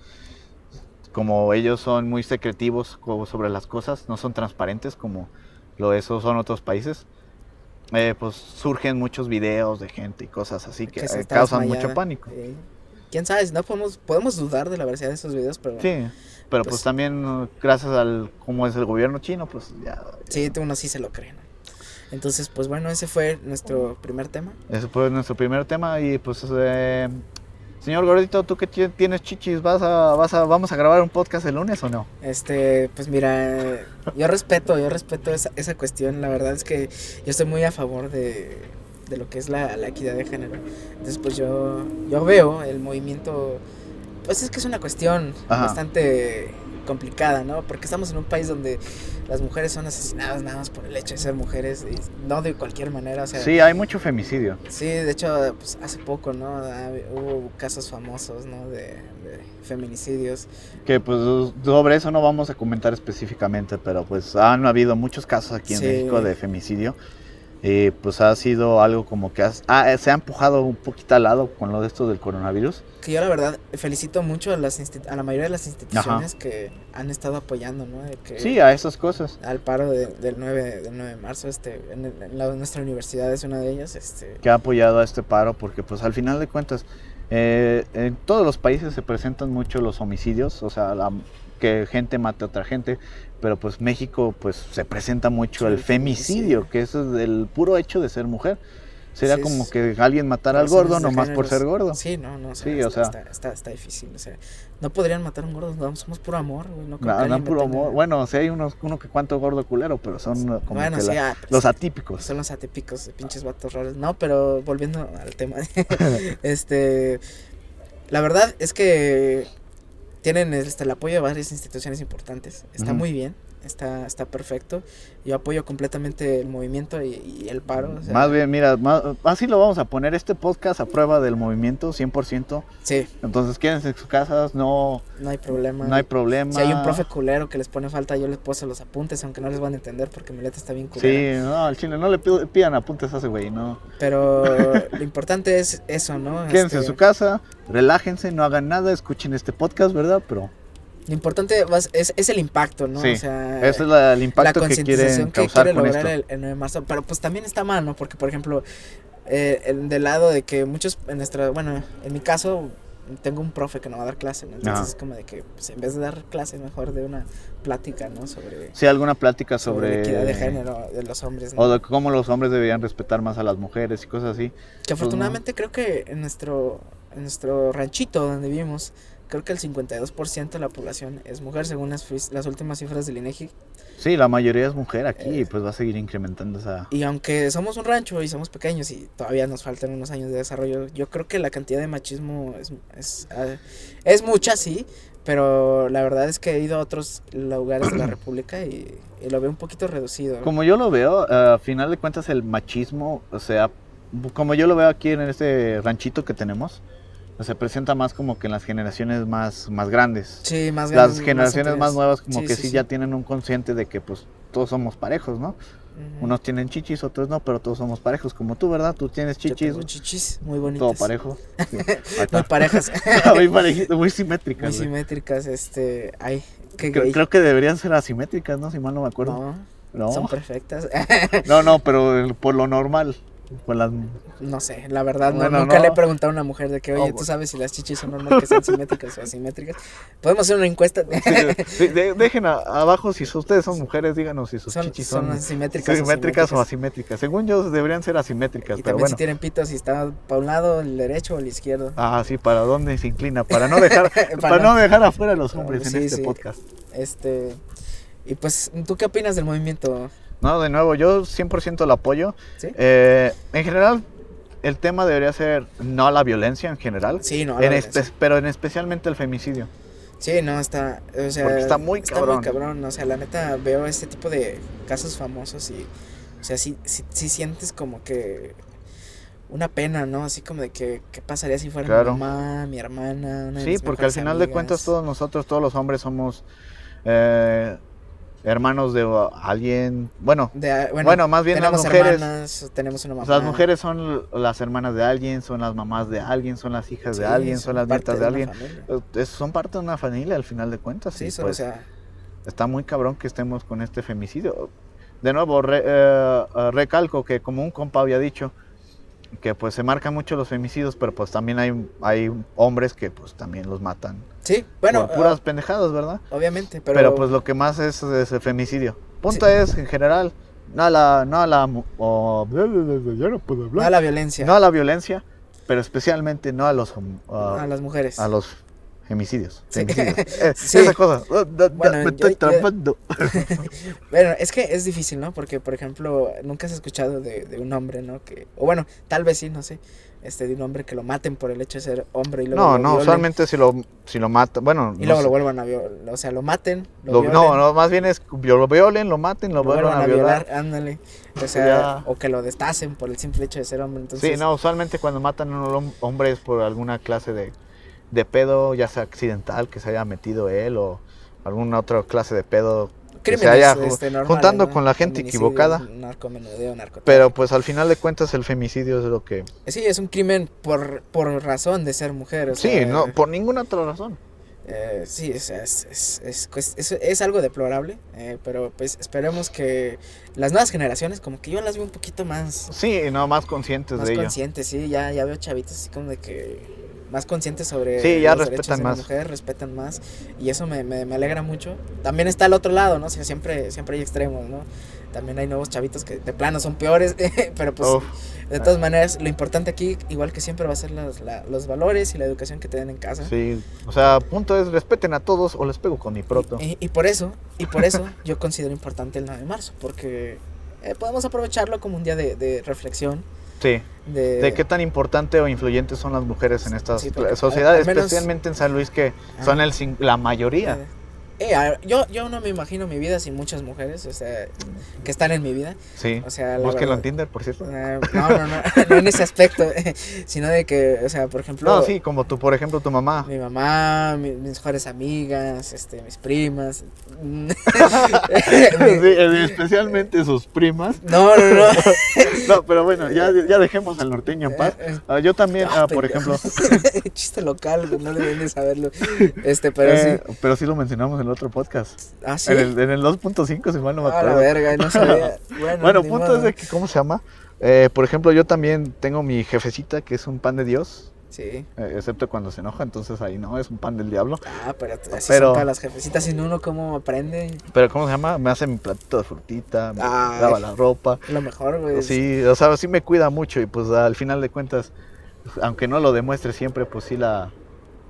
Speaker 2: como ellos son muy secretivos co- sobre las cosas, no son transparentes como lo eso son otros países, eh, pues surgen muchos videos de gente y cosas así que,
Speaker 1: que se
Speaker 2: eh,
Speaker 1: está
Speaker 2: causan
Speaker 1: desmayada.
Speaker 2: mucho pánico.
Speaker 1: Eh, Quién sabe, no podemos, podemos dudar de la veracidad de esos videos, pero
Speaker 2: Sí, pero pues,
Speaker 1: Pues-
Speaker 2: también eh, gracias al cómo es el gobierno chino, pues ya...
Speaker 1: sí, uno sí se lo cree, ¿no? Entonces, pues bueno, ese fue nuestro primer tema.
Speaker 2: Ese fue nuestro primer tema y pues... eh, Señor Gordito, ¿tú que ti- tienes chichis? ¿Vas a, vas a, ¿Vamos a grabar un podcast el lunes o no?
Speaker 1: Este, pues mira, yo respeto, yo respeto esa, esa cuestión. La verdad es que yo estoy muy a favor de, de lo que es la, la equidad de género. Entonces, pues yo, yo veo el movimiento, pues es que es una cuestión
Speaker 2: Ajá.
Speaker 1: bastante complicada, ¿no? Porque estamos en un país donde las mujeres son asesinadas nada más por el hecho de ser mujeres, y no de cualquier manera, o sea,
Speaker 2: Sí, hay mucho femicidio.
Speaker 1: Sí, de hecho, pues, hace poco, ¿no? Ah, hubo casos famosos, ¿no? De, de feminicidios.
Speaker 2: Que pues sobre eso no vamos a comentar específicamente, pero pues han habido muchos casos aquí en
Speaker 1: Sí.
Speaker 2: México de femicidio. Y pues ha sido algo como que has- ah, eh, se ha empujado un poquito al lado con lo de esto del coronavirus.
Speaker 1: Que yo, la verdad, felicito mucho a, las insti- a la mayoría de las instituciones que han estado apoyando, ¿no? De que-
Speaker 2: Sí, a esas cosas.
Speaker 1: Al paro de- del, 9, del 9 de marzo, este, en, el- en la- nuestra universidad es una de ellas, este.
Speaker 2: Que ha apoyado a este paro porque pues al final de cuentas eh, en todos los países se presentan mucho los homicidios, o sea, la- que gente mata a otra gente, pero pues México pues se presenta mucho
Speaker 1: Sí,
Speaker 2: el
Speaker 1: el femicidio.
Speaker 2: femicidio, que es el puro hecho de ser mujer. Sería
Speaker 1: Sí, es-
Speaker 2: como que alguien matara al
Speaker 1: personas
Speaker 2: gordo
Speaker 1: de
Speaker 2: nomás por
Speaker 1: géneros-
Speaker 2: ser gordo.
Speaker 1: Sí, no, no, o sea,
Speaker 2: Sí,
Speaker 1: está,
Speaker 2: o sea.
Speaker 1: Está, está- está difícil, o sea, no podrían matar a un gordo, no, somos puro amor, güey, no creo
Speaker 2: No,
Speaker 1: que
Speaker 2: no,
Speaker 1: alguien
Speaker 2: puro
Speaker 1: me tenga-
Speaker 2: amor. Bueno, sí hay unos, uno que cuanto gordo culero, pero son uh, como
Speaker 1: Bueno,
Speaker 2: que
Speaker 1: sí,
Speaker 2: la-
Speaker 1: ah, pues,
Speaker 2: los
Speaker 1: sí.
Speaker 2: atípicos.
Speaker 1: Son los atípicos, pinches vatos raros. No, pero volviendo al tema. este. La verdad es que tienen este, el apoyo de varias instituciones importantes. Está
Speaker 2: Ujú.
Speaker 1: muy bien, está, está perfecto. Yo apoyo completamente el movimiento y, y el paro. o sea,
Speaker 2: Más bien, mira, más- así lo vamos a poner. Este podcast a prueba del movimiento, 100%.
Speaker 1: Sí,
Speaker 2: Entonces quédense en sus casas, no,
Speaker 1: no hay problema.
Speaker 2: no hay problema.
Speaker 1: si hay un profe culero que les pone falta, yo les puse los apuntes, aunque no les van a entender porque mi letra está bien culera.
Speaker 2: Sí, no, al chile, no le pido- pidan apuntes a ese güey, no.
Speaker 1: Pero lo importante es eso, ¿no?
Speaker 2: Quédense
Speaker 1: Este,
Speaker 2: en su casa, relájense, no hagan nada, escuchen este podcast, ¿verdad? Pero
Speaker 1: Lo importante vas- es, es el impacto, ¿no?
Speaker 2: Sí,
Speaker 1: o sea,
Speaker 2: ese es la- el
Speaker 1: la
Speaker 2: impacto que quieren
Speaker 1: Eh, concientización que,
Speaker 2: causar
Speaker 1: quiere
Speaker 2: con
Speaker 1: lograr
Speaker 2: esto.
Speaker 1: el, el 9 de marzo. Pero pues también está mal, ¿no? Porque, por ejemplo, eh, el- del lado de que muchos, en nuestra, bueno, en mi caso, tengo un profe que no va a dar clase, ¿no? Entonces
Speaker 2: Ajá.
Speaker 1: es como de que, pues, en vez de dar clase, mejor de una plática, ¿no? Sobre,
Speaker 2: Sí, alguna plática
Speaker 1: sobre,
Speaker 2: sobre.
Speaker 1: la equidad de género de los hombres, ¿no?
Speaker 2: O de cómo los hombres deberían respetar más a las mujeres y cosas así.
Speaker 1: Que afortunadamente creo que en nuestro, en nuestro ranchito donde vivimos, creo que el 52% de la población es mujer, según las, fis- las últimas cifras del INEGI.
Speaker 2: Sí, la mayoría es mujer aquí
Speaker 1: Eh.
Speaker 2: y pues va a seguir incrementando esa...
Speaker 1: Y aunque somos un rancho y somos pequeños y todavía nos faltan unos años de desarrollo, yo creo que la cantidad de machismo es, es, ah, es mucha, sí, pero la verdad es que he ido a otros lugares de la República y, y lo veo un poquito reducido.
Speaker 2: Como yo lo veo, a final de cuentas el machismo, o sea, como yo lo veo aquí en este ranchito que tenemos, se presenta más como que en las generaciones más, más grandes.
Speaker 1: Sí, más
Speaker 2: las
Speaker 1: grandes,
Speaker 2: generaciones más,
Speaker 1: anteriores.
Speaker 2: nuevas como
Speaker 1: Sí,
Speaker 2: que
Speaker 1: sí,
Speaker 2: sí,
Speaker 1: sí.
Speaker 2: ya tienen un consciente de que pues todos somos parejos, ¿no?
Speaker 1: Ujú.
Speaker 2: Unos tienen chichis, otros no, pero todos somos parejos, como tú, ¿verdad? Tú tienes
Speaker 1: Yo
Speaker 2: chichis,
Speaker 1: tengo chichis muy bonitas.
Speaker 2: todo parejo. Sí, ahí
Speaker 1: Muy
Speaker 2: está.
Speaker 1: parejas,
Speaker 2: muy parejito, muy simétricas.
Speaker 1: muy
Speaker 2: güey.
Speaker 1: simétricas, este, ay, qué
Speaker 2: Creo,
Speaker 1: gay.
Speaker 2: creo que deberían ser asimétricas, ¿no? Si mal no me acuerdo.
Speaker 1: No,
Speaker 2: No,
Speaker 1: son perfectas.
Speaker 2: no, no, pero el- por lo normal. Por las...
Speaker 1: No sé, la verdad, no-
Speaker 2: Bueno,
Speaker 1: nunca
Speaker 2: no.
Speaker 1: le he preguntado a una mujer de que,
Speaker 2: No, pues
Speaker 1: oye,
Speaker 2: bueno.
Speaker 1: ¿tú sabes si las chichis son normal que sean simétricas o asimétricas? Podemos hacer una encuesta.
Speaker 2: Sí, de- dejen a- abajo si ustedes son mujeres, díganos si sus
Speaker 1: son,
Speaker 2: chichis
Speaker 1: son
Speaker 2: son
Speaker 1: asimétricas. o
Speaker 2: simétricas o
Speaker 1: asimétricas.
Speaker 2: asimétricas. Según yo, deberían ser asimétricas,
Speaker 1: Y
Speaker 2: pero
Speaker 1: también
Speaker 2: bueno.
Speaker 1: si tienen pito, si está para un lado, el derecho o el izquierdo.
Speaker 2: Ah, sí, ¿para dónde se inclina? Para no dejar, para,
Speaker 1: no-
Speaker 2: no dejar afuera a los hombres
Speaker 1: Sí,
Speaker 2: en este
Speaker 1: sí.
Speaker 2: podcast.
Speaker 1: Este. Y pues, ¿tú qué opinas del movimiento?
Speaker 2: No, de nuevo, yo 100% lo apoyo.
Speaker 1: ¿Sí?
Speaker 2: Eh, en general, el tema debería ser no a la violencia en general,
Speaker 1: Sí, no, la
Speaker 2: en este
Speaker 1: violencia.
Speaker 2: espe- pero en especialmente el femicidio.
Speaker 1: Sí, no, está. O sea,
Speaker 2: Porque está muy cabrón.
Speaker 1: cabrón, O sea, la neta, veo este tipo de casos famosos y. O sea, sí, sí, sí sientes como que. Una pena, ¿no? Así como de que. ¿Qué pasaría si fuera
Speaker 2: Claro.
Speaker 1: mi mamá, mi hermana? Una de
Speaker 2: Sí,
Speaker 1: mis
Speaker 2: porque al
Speaker 1: mejores
Speaker 2: final de
Speaker 1: amigas?
Speaker 2: cuentas todos nosotros, todos los hombres somos eh, hermanos de uh, alguien. Bueno,
Speaker 1: De- ah, bueno,
Speaker 2: Bueno, más bien las
Speaker 1: tenemos
Speaker 2: mujeres.
Speaker 1: hermanas, tenemos una mamá.
Speaker 2: las mujeres son las hermanas de alguien, son las mamás de alguien, son las hijas de
Speaker 1: Sí,
Speaker 2: alguien, son las
Speaker 1: parte
Speaker 2: nietas de
Speaker 1: una
Speaker 2: alguien. Pues,
Speaker 1: familia.
Speaker 2: Es- son parte de una familia al final de cuentas.
Speaker 1: Sí,
Speaker 2: y,
Speaker 1: son,
Speaker 2: pues,
Speaker 1: o sea,
Speaker 2: está muy cabrón que estemos con este femicidio. De nuevo, re- eh, eh, recalco que como un compa había dicho, que pues se marcan mucho los femicidios, pero pues también hay, hay hombres que pues también los matan.
Speaker 1: sí, bueno,
Speaker 2: por puras pendejadas, ¿verdad?
Speaker 1: ah, obviamente, pero,
Speaker 2: Pero, pues lo que más es es el femicidio. Punto
Speaker 1: Sí.
Speaker 2: es, en general, no a la... No a la mu- o- ya no puedo
Speaker 1: no a
Speaker 2: hablar.
Speaker 1: la violencia,
Speaker 2: No a la violencia, pero especialmente no a los... hom- a-
Speaker 1: a las mujeres.
Speaker 2: a los femicidios.
Speaker 1: Sí.
Speaker 2: femicidios. Eh,
Speaker 1: Sí.
Speaker 2: Esa cosa. Ah, da- da-
Speaker 1: Bueno,
Speaker 2: me
Speaker 1: yo-
Speaker 2: estoy
Speaker 1: yo-
Speaker 2: trabando.
Speaker 1: Bueno, es que es difícil, ¿no? Porque, por ejemplo, nunca has escuchado de, de un hombre, ¿no? Que, o bueno, tal vez sí, no sé, este, de un hombre que lo maten por el hecho de ser hombre y luego
Speaker 2: No,
Speaker 1: lo
Speaker 2: no,
Speaker 1: violen,
Speaker 2: usualmente si lo, si lo mata, bueno,
Speaker 1: y
Speaker 2: no
Speaker 1: luego
Speaker 2: sé,
Speaker 1: lo vuelvan a violar, o sea, lo maten, lo,
Speaker 2: lo-
Speaker 1: violen,
Speaker 2: no, no, más bien es que lo violen, lo maten, lo
Speaker 1: lo
Speaker 2: vuelvan a violar.
Speaker 1: ándale, o sea,
Speaker 2: Ya.
Speaker 1: o que lo destacen por el simple hecho de ser hombre, entonces,
Speaker 2: Sí, no, usualmente cuando matan a un hom- hombre es por alguna clase de, de pedo, ya sea accidental, que se haya metido él o alguna otra clase de pedo. que se
Speaker 1: crímenes,
Speaker 2: haya ju-
Speaker 1: este, normales,
Speaker 2: juntando
Speaker 1: ¿no?
Speaker 2: con la gente
Speaker 1: Feminicidios,
Speaker 2: equivocada.
Speaker 1: narcomenudeo, narcotráfico.
Speaker 2: Pero pues al final de cuentas el femicidio es lo que...
Speaker 1: Sí, es un crimen por, por razón de ser mujer. o
Speaker 2: Sí,
Speaker 1: sea,
Speaker 2: no, por ninguna otra razón.
Speaker 1: eh, sí, es, es, es, es, cues- es- es algo deplorable, eh, pero pues esperemos que las nuevas generaciones, como que yo las veo un poquito más,
Speaker 2: Sí, no, más conscientes
Speaker 1: más
Speaker 2: de ello.
Speaker 1: conscientes, sí, ya, ya veo chavitos así como de que más conscientes sobre
Speaker 2: Sí, ya
Speaker 1: los derechos
Speaker 2: respetan
Speaker 1: de la
Speaker 2: más.
Speaker 1: mujer, respetan más, y eso me, me, me alegra mucho. También está el otro lado, ¿no? O sea, siempre, siempre hay extremos, ¿no? También hay nuevos chavitos que de plano son peores, pero pues
Speaker 2: Uf,
Speaker 1: de todas maneras, lo importante aquí, igual que siempre, va a ser las- la- los valores y la educación que te den en casa.
Speaker 2: sí, o sea, punto es respeten a todos o les pego con mi proto.
Speaker 1: Y, y por eso, y por eso yo considero importante el 9 de marzo, porque eh, podemos aprovecharlo como un día de, de reflexión,
Speaker 2: Sí.
Speaker 1: de,
Speaker 2: de qué tan importante o influyentes son las mujeres en esta
Speaker 1: eh, Sí,
Speaker 2: cla-
Speaker 1: porque
Speaker 2: sociedad,
Speaker 1: al- al menos-
Speaker 2: especialmente en San Luis, que
Speaker 1: Ah.
Speaker 2: son el, cin- la mayoría.
Speaker 1: eh, eh, a- yo, yo no me imagino mi vida sin muchas mujeres, o sea, que están en mi vida.
Speaker 2: Sí.
Speaker 1: O sea, la
Speaker 2: Búsquenlo en
Speaker 1: verdad,
Speaker 2: Tinder, por cierto.
Speaker 1: eh, no, no, no, no en ese aspecto, sino de que, o sea, por ejemplo,
Speaker 2: No, sí, como tú, por ejemplo, tu mamá.
Speaker 1: mi mamá, mi- mis mejores amigas, este, mis primas.
Speaker 2: eh, especialmente sus primas.
Speaker 1: No, no, no.
Speaker 2: No, pero bueno, ya, ya dejemos al norteño en paz.
Speaker 1: Eh, eh,
Speaker 2: Ah, yo también,
Speaker 1: ah,
Speaker 2: ah, por
Speaker 1: pendejo.
Speaker 2: ejemplo,
Speaker 1: Chiste local, güey, no deben de saberlo. Este, pero
Speaker 2: eh, pero sí lo mencionamos en el otro podcast.
Speaker 1: sí. Ah, sí.
Speaker 2: En el, en el 2.5, si mal no me
Speaker 1: Ah, la
Speaker 2: acuerdo.
Speaker 1: verga, no sabía. Bueno,
Speaker 2: Bueno,
Speaker 1: ni
Speaker 2: punto
Speaker 1: modo.
Speaker 2: es de que, ¿cómo se llama? Eh, por ejemplo, yo también tengo mi jefecita que es un pan de Dios,
Speaker 1: Sí.
Speaker 2: eh, excepto cuando se enoja, entonces ahí no, es un pan del diablo.
Speaker 1: Ah, pero así son
Speaker 2: Pero-
Speaker 1: todas las jefecitas. Sin uno, ¿cómo aprende?
Speaker 2: Pero ¿cómo se llama? Me hace mi platito de frutita, me
Speaker 1: Ay.
Speaker 2: lava la ropa.
Speaker 1: Lo mejor, güey. es-
Speaker 2: Pues Sí, o sea, sí me cuida mucho y pues al final de cuentas, aunque no lo demuestre siempre, pues sí la...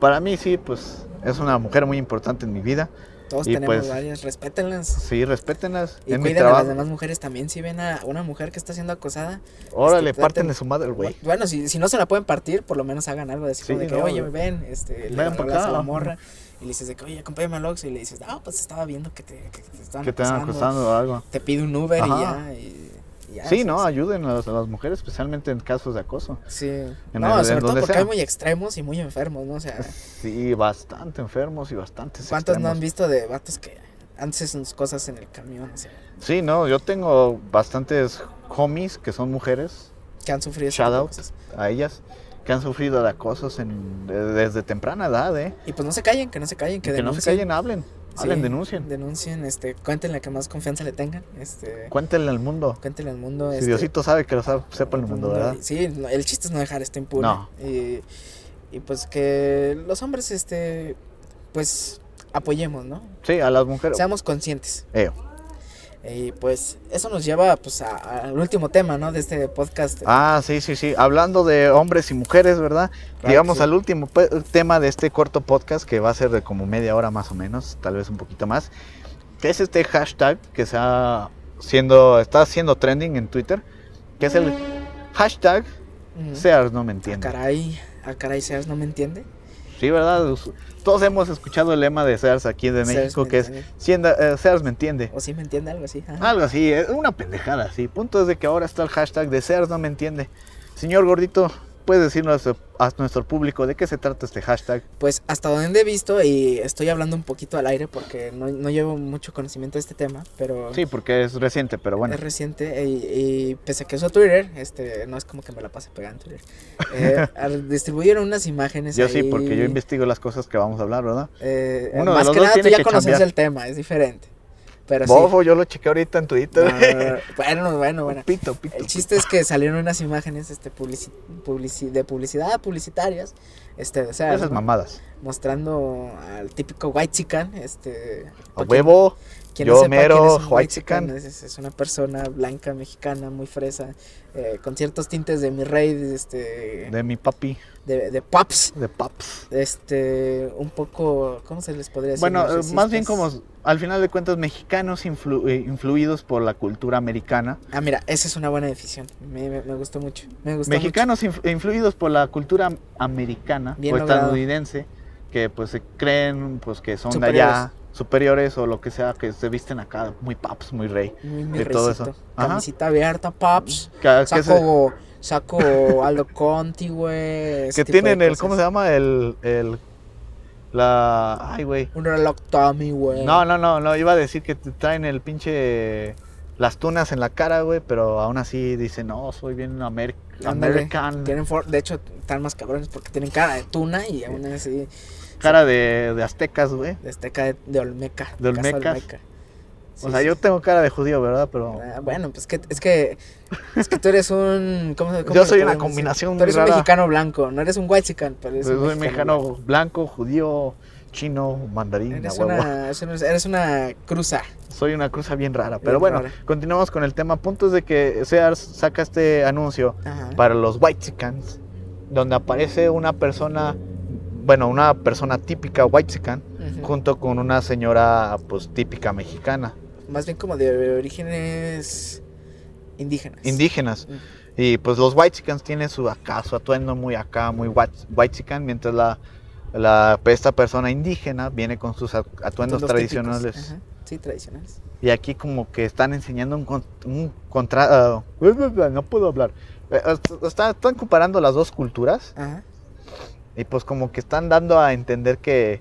Speaker 2: Para mí sí, pues es una mujer muy importante en mi vida.
Speaker 1: Todos
Speaker 2: y
Speaker 1: tenemos
Speaker 2: pues-
Speaker 1: varias. Respétenlas.
Speaker 2: Sí, respétenlas.
Speaker 1: Y
Speaker 2: en mi
Speaker 1: cuiden a las
Speaker 2: trabajo.
Speaker 1: demás mujeres también. Si ven a una mujer que está siendo acosada,
Speaker 2: Órale,
Speaker 1: Es que
Speaker 2: parten de
Speaker 1: este, traten-
Speaker 2: su madre, güey.
Speaker 1: bueno, si, si no se la pueden partir, por lo menos hagan algo de, así como
Speaker 2: Sí,
Speaker 1: de que,
Speaker 2: no,
Speaker 1: oye,
Speaker 2: güey.
Speaker 1: ven, este, le
Speaker 2: Ven pa'
Speaker 1: hablas a la
Speaker 2: acá.
Speaker 1: morra y le dices de que, oye, acompáñame al Oxxo y le dices, ah, pues estaba viendo que te, que te estaban
Speaker 2: Que te van
Speaker 1: acosando".
Speaker 2: acosando o algo.
Speaker 1: te pide un Uber
Speaker 2: Ajá.
Speaker 1: y ya. y- y ya,
Speaker 2: Sí, no, ayuden a las, a las mujeres, especialmente en casos de acoso.
Speaker 1: Sí.
Speaker 2: En
Speaker 1: no,
Speaker 2: el- en
Speaker 1: sobre todo
Speaker 2: donde
Speaker 1: porque
Speaker 2: sea.
Speaker 1: hay muy extremos y muy enfermos, ¿no? O sea,
Speaker 2: Sí, bastante enfermos y bastantes
Speaker 1: ¿cuántos no
Speaker 2: extremos.
Speaker 1: han visto de vatos que antes hacen sus cosas en el camión? O sea,
Speaker 2: Sí, no, yo tengo bastantes homies que son mujeres,
Speaker 1: que han sufrido ese tipo de
Speaker 2: shout out
Speaker 1: cosas.
Speaker 2: a ellas, que han sufrido de acosos en- de- desde temprana edad, ¿eh?
Speaker 1: Y pues no se callen, que no se callen, que,
Speaker 2: Que, no se
Speaker 1: denuncien.
Speaker 2: callen, hablen,
Speaker 1: Sí,
Speaker 2: hablen, denuncien,
Speaker 1: Denuncien, este, cuéntenle que más confianza le tengan. Este,
Speaker 2: cuéntenle al mundo.
Speaker 1: cuéntenle al mundo.
Speaker 2: Si
Speaker 1: este,
Speaker 2: Diosito sabe que lo sa- sepa el mundo, ¿verdad?
Speaker 1: Sí, no, el chiste es no dejar esto impune.
Speaker 2: No.
Speaker 1: Y, y pues que los hombres, este, pues apoyemos, ¿no?
Speaker 2: Sí, a las mujeres.
Speaker 1: Seamos conscientes.
Speaker 2: Eh,
Speaker 1: Y pues eso nos lleva pues a- a- al último tema, ¿no? De este podcast.
Speaker 2: Ah, sí, sí, sí. Hablando de hombres y mujeres, ¿verdad?
Speaker 1: Claro
Speaker 2: Llegamos
Speaker 1: que sí.
Speaker 2: al último pe- tema de este corto podcast que va a ser de como media hora más o menos, tal vez un poquito más. Que es este hashtag que se ha siendo, está siendo trending en Twitter, que es el hashtag
Speaker 1: Ujú.
Speaker 2: Sears no me
Speaker 1: a
Speaker 2: entiende.
Speaker 1: Mm. Ah, caray, a caray Sears no me entiende.
Speaker 2: Sí, ¿verdad? Us- Todos hemos escuchado el lema de Sears aquí de
Speaker 1: Sears
Speaker 2: México,
Speaker 1: me
Speaker 2: que es Ah.
Speaker 1: entiende.
Speaker 2: "Sienda- eh, Sears me entiende.
Speaker 1: O sí me entiende algo así. ajá.
Speaker 2: Algo así, eh, es una pendejada, sí. Punto es de que ahora está el hashtag de Sears no me entiende. Señor gordito, puedes decirnos a, a nuestro público de qué se trata este hashtag?
Speaker 1: Pues hasta donde he visto, y estoy hablando un poquito al aire porque no, no llevo mucho conocimiento de este tema, pero
Speaker 2: Sí, porque es reciente, pero bueno.
Speaker 1: es reciente. Y, y pese a que uso Twitter, este, no es como que me la pase pegando Twitter. Eh, al- distribuyeron unas imágenes.
Speaker 2: Yo sí,
Speaker 1: ahí,
Speaker 2: porque yo investigo las cosas que vamos a hablar, ¿verdad?
Speaker 1: eh,
Speaker 2: Uno de
Speaker 1: más
Speaker 2: los
Speaker 1: que
Speaker 2: dos
Speaker 1: nada, tú
Speaker 2: tiene
Speaker 1: ya
Speaker 2: que
Speaker 1: conoces
Speaker 2: cambiar.
Speaker 1: el tema, es diferente. Pero sí.
Speaker 2: Bofo, yo lo chequé ahorita en Twitter.
Speaker 1: Ah, bueno, bueno, bueno.
Speaker 2: Pito, pito.
Speaker 1: El chiste es que salieron unas imágenes este, publici- publici- de publicidad, publicitarias, este, o sea,
Speaker 2: Esas mamadas.
Speaker 1: mostrando al típico white chican, este,
Speaker 2: A
Speaker 1: pa'
Speaker 2: huevo.
Speaker 1: quien
Speaker 2: yo mero
Speaker 1: un
Speaker 2: whitexican.
Speaker 1: es, es una persona blanca, mexicana, muy fresa, eh, con ciertos tintes de mi rey, de este, de,
Speaker 2: De mi papi,
Speaker 1: de pops,
Speaker 2: de paps.
Speaker 1: este, un poco, ¿cómo se les podría decir?
Speaker 2: Bueno, eh,
Speaker 1: Narcisistas.
Speaker 2: más bien como, al final de cuentas, mexicanos influ- eh, influidos por la cultura americana.
Speaker 1: Ah, mira, esa es una buena definición, me, me- me gustó mucho, me gustó mucho.
Speaker 2: mexicanos influ- influidos por la cultura am- americana
Speaker 1: Bien
Speaker 2: o
Speaker 1: logrado.
Speaker 2: estadounidense que pues se creen pues que son de
Speaker 1: Superiores.
Speaker 2: allá superiores o lo que sea que se visten acá muy paps muy rey
Speaker 1: Muy mi
Speaker 2: de todo eso.
Speaker 1: reycito.
Speaker 2: Ajá.
Speaker 1: Camisita abierta, paps.
Speaker 2: que, que se-
Speaker 1: Saco, saco Aldo Conti, güey. este
Speaker 2: que tienen el cómo se llama el, el la ay güey
Speaker 1: Un reloj Tommy, güey.
Speaker 2: no no no no iba a decir que te traen el pinche las tunas en la cara güey pero aún así dicen no soy bien amer-
Speaker 1: Ándale.
Speaker 2: American
Speaker 1: Tienen for- de hecho, están más cabrones porque tienen cara de tuna y aún así
Speaker 2: cara de, de aztecas güey
Speaker 1: de azteca de, de Olmeca.
Speaker 2: De
Speaker 1: casa
Speaker 2: Olmecas.
Speaker 1: Sí,
Speaker 2: o sea
Speaker 1: sí.
Speaker 2: yo tengo cara de judío verdad pero
Speaker 1: Ah, Bueno, pues que, es que es que tú eres un. ¿cómo, se- cómo
Speaker 2: Yo
Speaker 1: lo
Speaker 2: soy
Speaker 1: podemos
Speaker 2: una
Speaker 1: decir?
Speaker 2: combinación
Speaker 1: Tú eres
Speaker 2: rara.
Speaker 1: un mexicano blanco, no eres un white chican, pero eres
Speaker 2: Pues
Speaker 1: un
Speaker 2: soy mexicano blanco, judío, chino, mandarín,
Speaker 1: Eres
Speaker 2: a huevo.
Speaker 1: una, eres una cruza.
Speaker 2: Soy una cruza bien rara.
Speaker 1: Bien
Speaker 2: Pero bueno,
Speaker 1: rara.
Speaker 2: continuamos con el tema. Puntos de que Sears saca este anuncio
Speaker 1: Ajá.
Speaker 2: para los White Chicans, donde aparece una persona, bueno, una persona típica White Chican,
Speaker 1: Ujú.
Speaker 2: junto con una señora, pues típica mexicana,
Speaker 1: más bien como de orígenes indígenas.
Speaker 2: indígenas.
Speaker 1: Mm.
Speaker 2: Y pues los White Chicans tienen su acá, su atuendo muy acá, muy White, white Chican, mientras la, la, esta persona indígena viene con sus at-
Speaker 1: Entonces,
Speaker 2: atuendos
Speaker 1: los
Speaker 2: tradicionales.
Speaker 1: típicos, ajá, Sí, tradicionales.
Speaker 2: Y aquí como que están enseñando un, con- un contra... ah, no puedo hablar. Eh, est- está- están comparando las dos culturas
Speaker 1: Ajá.
Speaker 2: y pues como que están dando a entender que,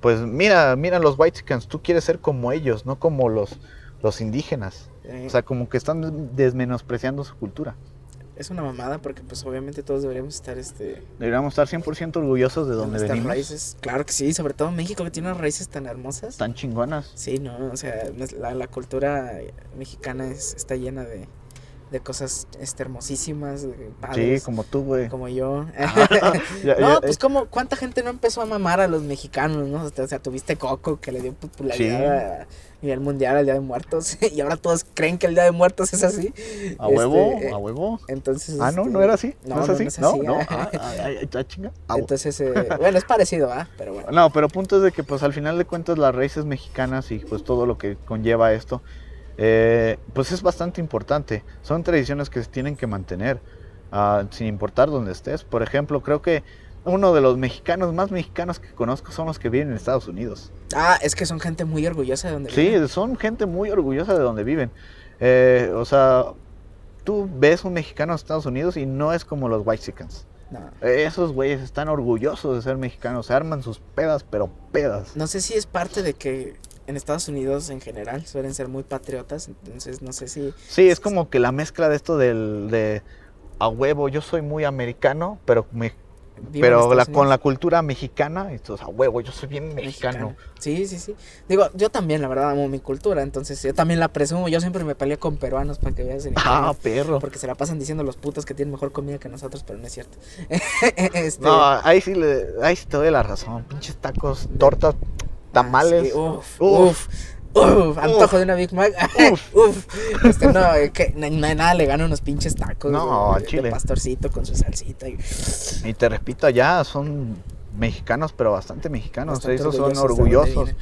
Speaker 2: pues mira, mira los white chickens, tú quieres ser como ellos, no como los, los indígenas.
Speaker 1: Eh,
Speaker 2: O sea, como que están desmenospreciando su cultura.
Speaker 1: es una mamada porque pues obviamente todos deberíamos estar este
Speaker 2: Deberíamos estar 100% orgullosos de
Speaker 1: de
Speaker 2: donde
Speaker 1: nuestras
Speaker 2: venimos.
Speaker 1: raíces. Claro que sí, sobre todo México que tiene unas raíces tan hermosas.
Speaker 2: Están chingonas.
Speaker 1: Sí, no, o sea, nos- la, la cultura mexicana es- está llena de, de cosas este, hermosísimas, de
Speaker 2: Sí,
Speaker 1: padres
Speaker 2: como tú, güey.
Speaker 1: Ah, como yo.
Speaker 2: Ya- eh,
Speaker 1: No,
Speaker 2: ya-
Speaker 1: pues como cuánta gente no empezó a mamar a los mexicanos, ¿no? O sea, tuviste Coco que le dio popularidad a nivel mundial al Día de Muertos y ahora todos creen que el Día de Muertos es así.
Speaker 2: a huevo,
Speaker 1: este, eh,
Speaker 2: a huevo.
Speaker 1: Entonces
Speaker 2: Ah, no,
Speaker 1: este,
Speaker 2: no era así.
Speaker 1: no,
Speaker 2: No,
Speaker 1: no, no
Speaker 2: es
Speaker 1: es
Speaker 2: así. No,
Speaker 1: así.
Speaker 2: no. Ah, ah, ah, ah, chinga. Ah, bueno.
Speaker 1: Entonces, eh, bueno, es parecido, ¿ah? Pero bueno.
Speaker 2: No, pero punto es de que pues al final de cuentas las raíces mexicanas y pues todo lo que conlleva esto, eh, pues es bastante importante. Son tradiciones que se tienen que mantener, ah, sin importar dónde estés. Por ejemplo, creo que uno de los mexicanos más mexicanos que conozco son los que viven en Estados Unidos.
Speaker 1: Ah, es que son gente muy orgullosa de donde
Speaker 2: Sí,
Speaker 1: viven.
Speaker 2: son gente muy orgullosa de donde viven. Eh, o sea, tú ves un mexicano en Estados Unidos y no es como los white
Speaker 1: No.
Speaker 2: Esos güeyes están orgullosos de ser mexicanos, se arman sus pedas, pero pedas.
Speaker 1: No sé si es parte de que en Estados Unidos en general suelen ser muy patriotas, entonces no sé si
Speaker 2: Sí, es como que la mezcla de esto del de a huevo, yo soy muy americano, pero me-
Speaker 1: viven en
Speaker 2: pero
Speaker 1: Estados
Speaker 2: la- con la
Speaker 1: Unidos.
Speaker 2: cultura mexicana, entonces a huevo, yo soy bien mexicano.
Speaker 1: Sí, sí, sí. Digo, yo también, la verdad, amo mi cultura, entonces yo también la presumo. Yo siempre me peleo con peruanos para que veas en
Speaker 2: Ah,
Speaker 1: internet,
Speaker 2: perro.
Speaker 1: Porque se la pasan diciendo los putos que tienen mejor comida que nosotros, pero no es cierto. Este,
Speaker 2: No, ahí sí le, ahí sí te doy la razón, pinches tacos, tortas,
Speaker 1: Ah, sí,
Speaker 2: tamales.
Speaker 1: uf, uf,
Speaker 2: Uf.
Speaker 1: uf, antojo de una Big Mac. Uf. Este, no, eh, que na- na- nada le gana unos pinches tacos.
Speaker 2: No,
Speaker 1: güey,
Speaker 2: al
Speaker 1: de
Speaker 2: chile.
Speaker 1: pastorcito con su salsita. y-
Speaker 2: Y te repito, allá son mexicanos, pero bastante mexicanos.
Speaker 1: Bastante
Speaker 2: Ellos son
Speaker 1: orgullosos eh. de
Speaker 2: orgullosos
Speaker 1: dónde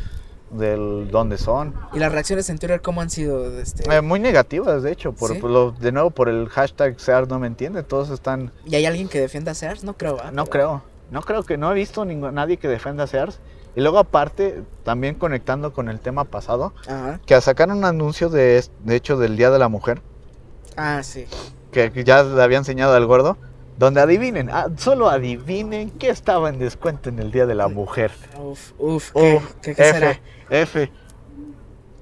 Speaker 2: del donde son.
Speaker 1: ¿Y las reacciones en Twitter cómo han sido? Este,
Speaker 2: Eh, muy negativas, de hecho, por,
Speaker 1: ¿Sí?
Speaker 2: por lo- de nuevo por el hashtag Sears no me entiende, todos están
Speaker 1: ¿Y hay alguien que defienda a Sears? No creo, ¿ah?
Speaker 2: No
Speaker 1: Pero-
Speaker 2: creo, no creo que no he visto ningún- nadie que defienda a Sears. Y luego aparte, también conectando con el tema pasado,
Speaker 1: Ajá.
Speaker 2: que sacaron un anuncio de, es- de hecho del Día de la Mujer,
Speaker 1: Ah, sí.
Speaker 2: que ya le había enseñado al gordo, Donde adivinen, ah, solo adivinen qué estaba en descuento en el Día de la Mujer.
Speaker 1: Uf, uf, ¿qué,
Speaker 2: Uf,
Speaker 1: qué- qué
Speaker 2: F,
Speaker 1: será?
Speaker 2: F.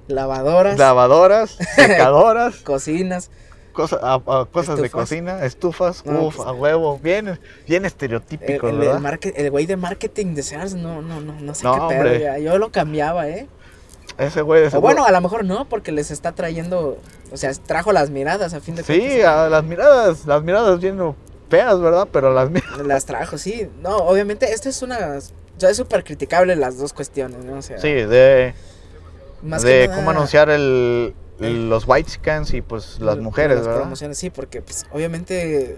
Speaker 1: Lavadoras,
Speaker 2: Lavadoras, secadoras,
Speaker 1: cocinas.
Speaker 2: cosa- ah, ah, cosas de
Speaker 1: Estufas.
Speaker 2: cocina, estufas,
Speaker 1: No,
Speaker 2: uf,
Speaker 1: pues-
Speaker 2: a huevo, bien,
Speaker 1: El,
Speaker 2: bien estereotípico,
Speaker 1: el- el
Speaker 2: ¿verdad?
Speaker 1: market- el güey de marketing de Sears, no, no, no, no sé
Speaker 2: No,
Speaker 1: qué pedo,
Speaker 2: hombre.
Speaker 1: ya, Yo lo cambiaba, ¿eh?
Speaker 2: Ese güey de
Speaker 1: O
Speaker 2: seguro-
Speaker 1: bueno, a lo mejor no, porque les está trayendo, o sea, trajo las miradas a fin de
Speaker 2: Sí, a las miradas, las miradas bien feas, ¿verdad? Pero las miradas...
Speaker 1: cuentas. Las trajo, sí. No, obviamente, esto es una. Ya es súper criticable las dos cuestiones, ¿no? O sea,
Speaker 2: Sí, de,
Speaker 1: más
Speaker 2: de
Speaker 1: que nada,
Speaker 2: cómo anunciar el, el- los white scans y pues las mujeres,
Speaker 1: las
Speaker 2: ¿verdad?
Speaker 1: promociones, sí, porque, pues, obviamente,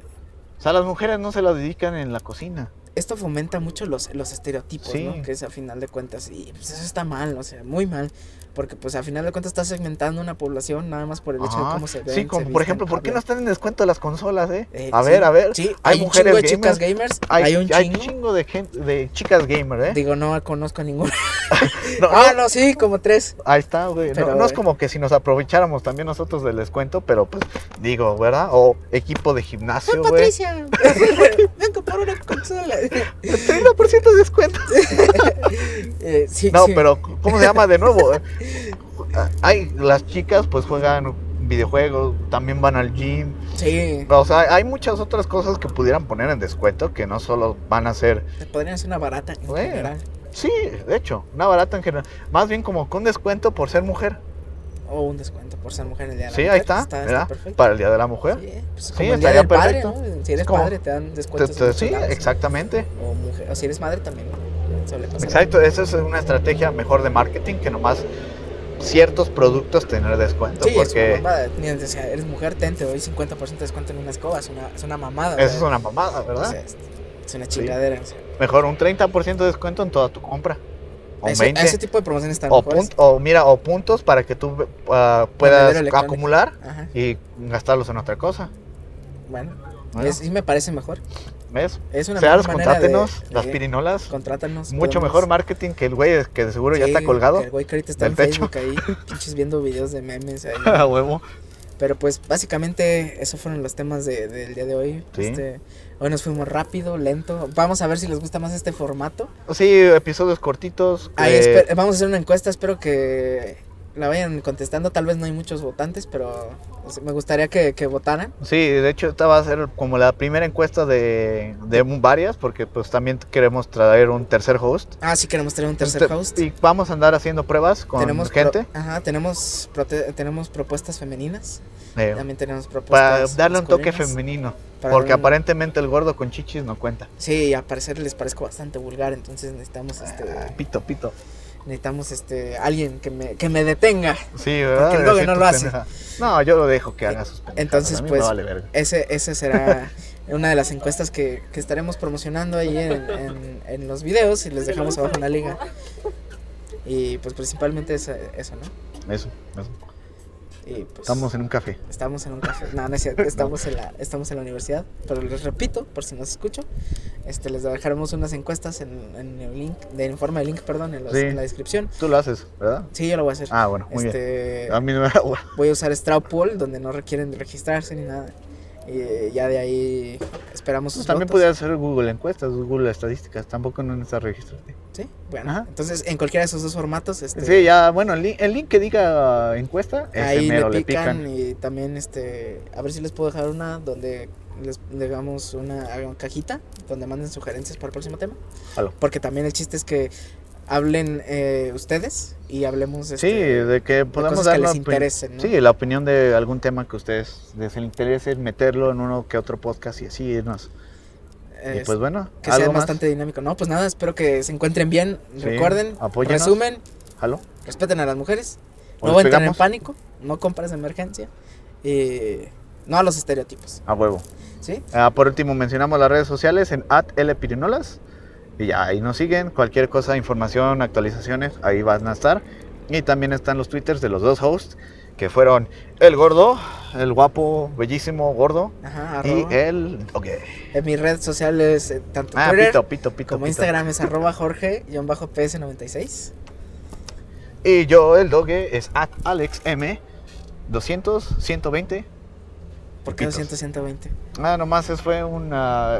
Speaker 2: O sea, las mujeres no se las dedican en la cocina.
Speaker 1: esto fomenta mucho los, los estereotipos,
Speaker 2: Sí.
Speaker 1: ¿no? Que es a final de cuentas. Y pues eso está mal, o sea, muy mal. Porque pues a final de cuentas estás segmentando una población nada más por el hecho de
Speaker 2: Ajá.
Speaker 1: cómo se ven.
Speaker 2: sí, como
Speaker 1: se visten,
Speaker 2: por ejemplo, ¿por qué no
Speaker 1: hablan.
Speaker 2: están en descuento las consolas, eh?
Speaker 1: Eh,
Speaker 2: a
Speaker 1: sí,
Speaker 2: ver, a ver.
Speaker 1: Sí, hay,
Speaker 2: hay
Speaker 1: un
Speaker 2: mujeres
Speaker 1: chingo de chicas
Speaker 2: gamers,
Speaker 1: gamers. Hay,
Speaker 2: Hay,
Speaker 1: un
Speaker 2: hay
Speaker 1: chingo.
Speaker 2: chingo de gente, de chicas gamer, eh.
Speaker 1: Digo, no conozco a ninguno.
Speaker 2: No,
Speaker 1: Ah, no, sí, como tres.
Speaker 2: Ahí está, güey. No-
Speaker 1: Pero,
Speaker 2: no,
Speaker 1: güey.
Speaker 2: es como que si nos aprovecháramos también nosotros del descuento, pero pues digo, ¿verdad? O equipo de
Speaker 1: Soy
Speaker 2: gimnasio, güey.
Speaker 1: Patricia. Vengo por una consola.
Speaker 2: 30% de descuento.
Speaker 1: Eh, sí,
Speaker 2: No,
Speaker 1: sí.
Speaker 2: pero ¿cómo se llama de nuevo? Hay las chicas pues juegan videojuegos, también van al gym.
Speaker 1: Sí,
Speaker 2: O sea, hay muchas otras cosas que pudieran poner en descuento que no solo van a ser
Speaker 1: te podrían hacer una barata en
Speaker 2: Bueno.
Speaker 1: general.
Speaker 2: Sí, de hecho, una barata en general. Más bien como con descuento por ser mujer.
Speaker 1: O un descuento por ser mujer el día de la
Speaker 2: sí, ahí
Speaker 1: mujer,
Speaker 2: está,
Speaker 1: Está, está
Speaker 2: ¿verdad?
Speaker 1: perfecto.
Speaker 2: Para el Día de la Mujer.
Speaker 1: Sí, pues
Speaker 2: Sí,
Speaker 1: como el día
Speaker 2: estaría
Speaker 1: del padre,
Speaker 2: perfecto.
Speaker 1: ¿no? Si eres
Speaker 2: Como-
Speaker 1: padre te dan
Speaker 2: Te-
Speaker 1: descuentos.
Speaker 2: te-
Speaker 1: en
Speaker 2: sí,
Speaker 1: muchos lados, ¿no?
Speaker 2: exactamente.
Speaker 1: O, mujer- o si eres madre también. ¿no? Suele pasar.
Speaker 2: Exacto, esa es una estrategia mejor de marketing que nomás ciertos productos tener descuento.
Speaker 1: Sí, es una
Speaker 2: porque
Speaker 1: mamada. Ni- o sea, eres mujer, ten, te doy 50% de descuento en una escoba. Es una, es una mamada.
Speaker 2: eso es
Speaker 1: o
Speaker 2: una mamada,
Speaker 1: sea,
Speaker 2: ¿verdad?
Speaker 1: o sea, es, es una chingadera. o sea.
Speaker 2: Mejor un 30% de descuento en toda tu compra. O
Speaker 1: Ese,
Speaker 2: 20.
Speaker 1: ese tipo de promociones están
Speaker 2: o,
Speaker 1: mejores.
Speaker 2: pun- o mira, o puntos para que tú ah,
Speaker 1: Monedero
Speaker 2: puedas
Speaker 1: electrónico.
Speaker 2: acumular
Speaker 1: Ajá,
Speaker 2: y gastarlos en otra cosa.
Speaker 1: bueno.
Speaker 2: ¿no?
Speaker 1: es- sí me parece mejor.
Speaker 2: ¿Ves?
Speaker 1: Es una
Speaker 2: Sears,
Speaker 1: mejor manera de-
Speaker 2: contrátenos, las
Speaker 1: de-
Speaker 2: pirinolas.
Speaker 1: Contrátanos.
Speaker 2: Mucho
Speaker 1: podemos-
Speaker 2: mejor marketing que el güey que de seguro ya
Speaker 1: Sí,
Speaker 2: está colgado.
Speaker 1: que El güey que ahorita está
Speaker 2: del
Speaker 1: en
Speaker 2: techo.
Speaker 1: Facebook ahí, pinches viendo videos de memes ahí.
Speaker 2: A huevo.
Speaker 1: Pero pues básicamente esos fueron los temas de- del día de hoy.
Speaker 2: Sí.
Speaker 1: Este, hoy nos fuimos rápido, lento. Vamos a ver si les gusta más este formato.
Speaker 2: Sí, episodios cortitos.
Speaker 1: Ahí
Speaker 2: eh,
Speaker 1: esper- vamos a hacer una encuesta, espero que la vayan contestando. Tal vez no hay muchos votantes, pero pues, me gustaría que, que votaran.
Speaker 2: Sí, de hecho esta va a ser como la primera encuesta de, de varias porque pues también queremos traer un tercer host.
Speaker 1: Ah, sí queremos tener un tercer
Speaker 2: Este,
Speaker 1: host.
Speaker 2: Y vamos a andar haciendo pruebas con
Speaker 1: tenemos pro-
Speaker 2: gente
Speaker 1: ajá, tenemos, prote- tenemos propuestas femeninas.
Speaker 2: eh,
Speaker 1: También tenemos
Speaker 2: para
Speaker 1: propuestas
Speaker 2: darle un toque
Speaker 1: masculinas,
Speaker 2: femenino.
Speaker 1: para
Speaker 2: Porque
Speaker 1: darle un-
Speaker 2: aparentemente el gordo con chichis no cuenta.
Speaker 1: Sí, y al parecer les parezco bastante vulgar, entonces necesitamos este
Speaker 2: Pito, pito.
Speaker 1: necesitamos este alguien que me, que me detenga.
Speaker 2: Sí, ¿verdad?
Speaker 1: Porque el Doge
Speaker 2: Decir
Speaker 1: no
Speaker 2: tus
Speaker 1: lo hace.
Speaker 2: pendejadas. No, yo lo dejo que haga sus pendejadas,
Speaker 1: entonces,
Speaker 2: a mí me
Speaker 1: pues,
Speaker 2: vale verga.
Speaker 1: Ese, ese será una de las encuestas que, que estaremos promocionando ahí en, en- en los videos y les dejamos abajo en la liga. Y pues principalmente eso, eso ¿no?
Speaker 2: Eso, eso.
Speaker 1: Y, pues,
Speaker 2: Estamos en un café.
Speaker 1: estamos en un café. No, no es cierto, estamos en la, estamos en la universidad. Pero les repito, por si no se escucho, este, les dejaremos unas encuestas en, en el link, de, en forma de link, perdón, en, los-
Speaker 2: Sí.
Speaker 1: en la descripción.
Speaker 2: Tú lo haces, ¿verdad?
Speaker 1: Sí, yo lo voy a hacer.
Speaker 2: Ah, bueno, muy
Speaker 1: este,
Speaker 2: bien. Ah. A mí no me da hueva.
Speaker 1: voy a usar Straw Poll, donde no requieren registrarse ni nada. Y eh, ya de ahí esperamos sus
Speaker 2: Pues también
Speaker 1: votos.
Speaker 2: podría hacer Google encuestas, Google estadísticas, tampoco no necesitas registrarte.
Speaker 1: Sí, bueno.
Speaker 2: Ajá.
Speaker 1: Entonces, en cualquiera de esos dos formatos, este,
Speaker 2: Sí, ya, bueno, el, li- el link que diga encuesta, ese
Speaker 1: ahí
Speaker 2: mero
Speaker 1: le, pican y también, este, a ver si les puedo dejar una donde les digamos una, hagan cajita donde manden sugerencias para el próximo tema.
Speaker 2: Jalo.
Speaker 1: Porque también el chiste es que hablen eh, ustedes y hablemos este,
Speaker 2: Sí, de que podemos
Speaker 1: cosas que
Speaker 2: dar la
Speaker 1: les
Speaker 2: opin-
Speaker 1: interesen, ¿no?
Speaker 2: Sí, la opinión de algún tema que ustedes les interese, meterlo en uno que otro podcast y así irnos.
Speaker 1: eh,
Speaker 2: y pues bueno,
Speaker 1: que sea
Speaker 2: algo más.
Speaker 1: bastante dinámico. No, pues nada, espero que se encuentren bien.
Speaker 2: Sí,
Speaker 1: Recuerden,
Speaker 2: apóyennos.
Speaker 1: resumen,
Speaker 2: Jalo.
Speaker 1: respeten a las mujeres,
Speaker 2: ¿O
Speaker 1: no
Speaker 2: les
Speaker 1: entren en
Speaker 2: pegamos?
Speaker 1: pánico, no compras de emergencia, eh, no a los estereotipos,
Speaker 2: A huevo.
Speaker 1: ¿sí?
Speaker 2: Ah, por último, mencionamos las redes sociales en @lpirinolas y ya ahí nos siguen. Cualquier cosa, información, actualizaciones, ahí van a estar. Y también están los twitters de los dos hosts, que fueron el gordo, el guapo, bellísimo gordo,
Speaker 1: Ajá,
Speaker 2: y
Speaker 1: arroba.
Speaker 2: el... ok.
Speaker 1: En mis redes sociales, eh, tanto
Speaker 2: Ah,
Speaker 1: Twitter
Speaker 2: pito, pito, pito.
Speaker 1: como
Speaker 2: pito.
Speaker 1: Instagram es arroba jorge-ps96.
Speaker 2: Y yo, el doge, es at alexm200,
Speaker 1: ¿Por
Speaker 2: 120.
Speaker 1: qué
Speaker 2: Poquitos.
Speaker 1: 200, 120?
Speaker 2: Ah, nomás es fue una...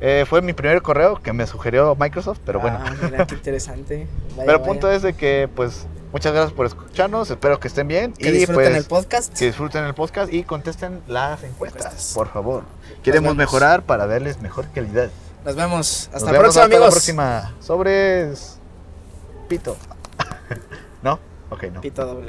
Speaker 2: eh, fue mi primer correo que me sugirió Microsoft, pero bueno.
Speaker 1: Ah, mira, qué interesante. Vaya,
Speaker 2: pero el punto
Speaker 1: vaya.
Speaker 2: es de que, pues, muchas gracias por escucharnos, espero que estén bien
Speaker 1: Que
Speaker 2: y
Speaker 1: disfruten
Speaker 2: pues
Speaker 1: el podcast.
Speaker 2: que disfruten el podcast y contesten las encuestas,
Speaker 1: Encuestas.
Speaker 2: por favor. Queremos
Speaker 1: vemos.
Speaker 2: mejorar para darles mejor calidad.
Speaker 1: Nos vemos.
Speaker 2: Nos
Speaker 1: Hasta la
Speaker 2: vemos
Speaker 1: próxima,
Speaker 2: hasta
Speaker 1: amigos.
Speaker 2: la próxima. Sobres. Pito. ¿No? Ok, no.
Speaker 1: Pito doble.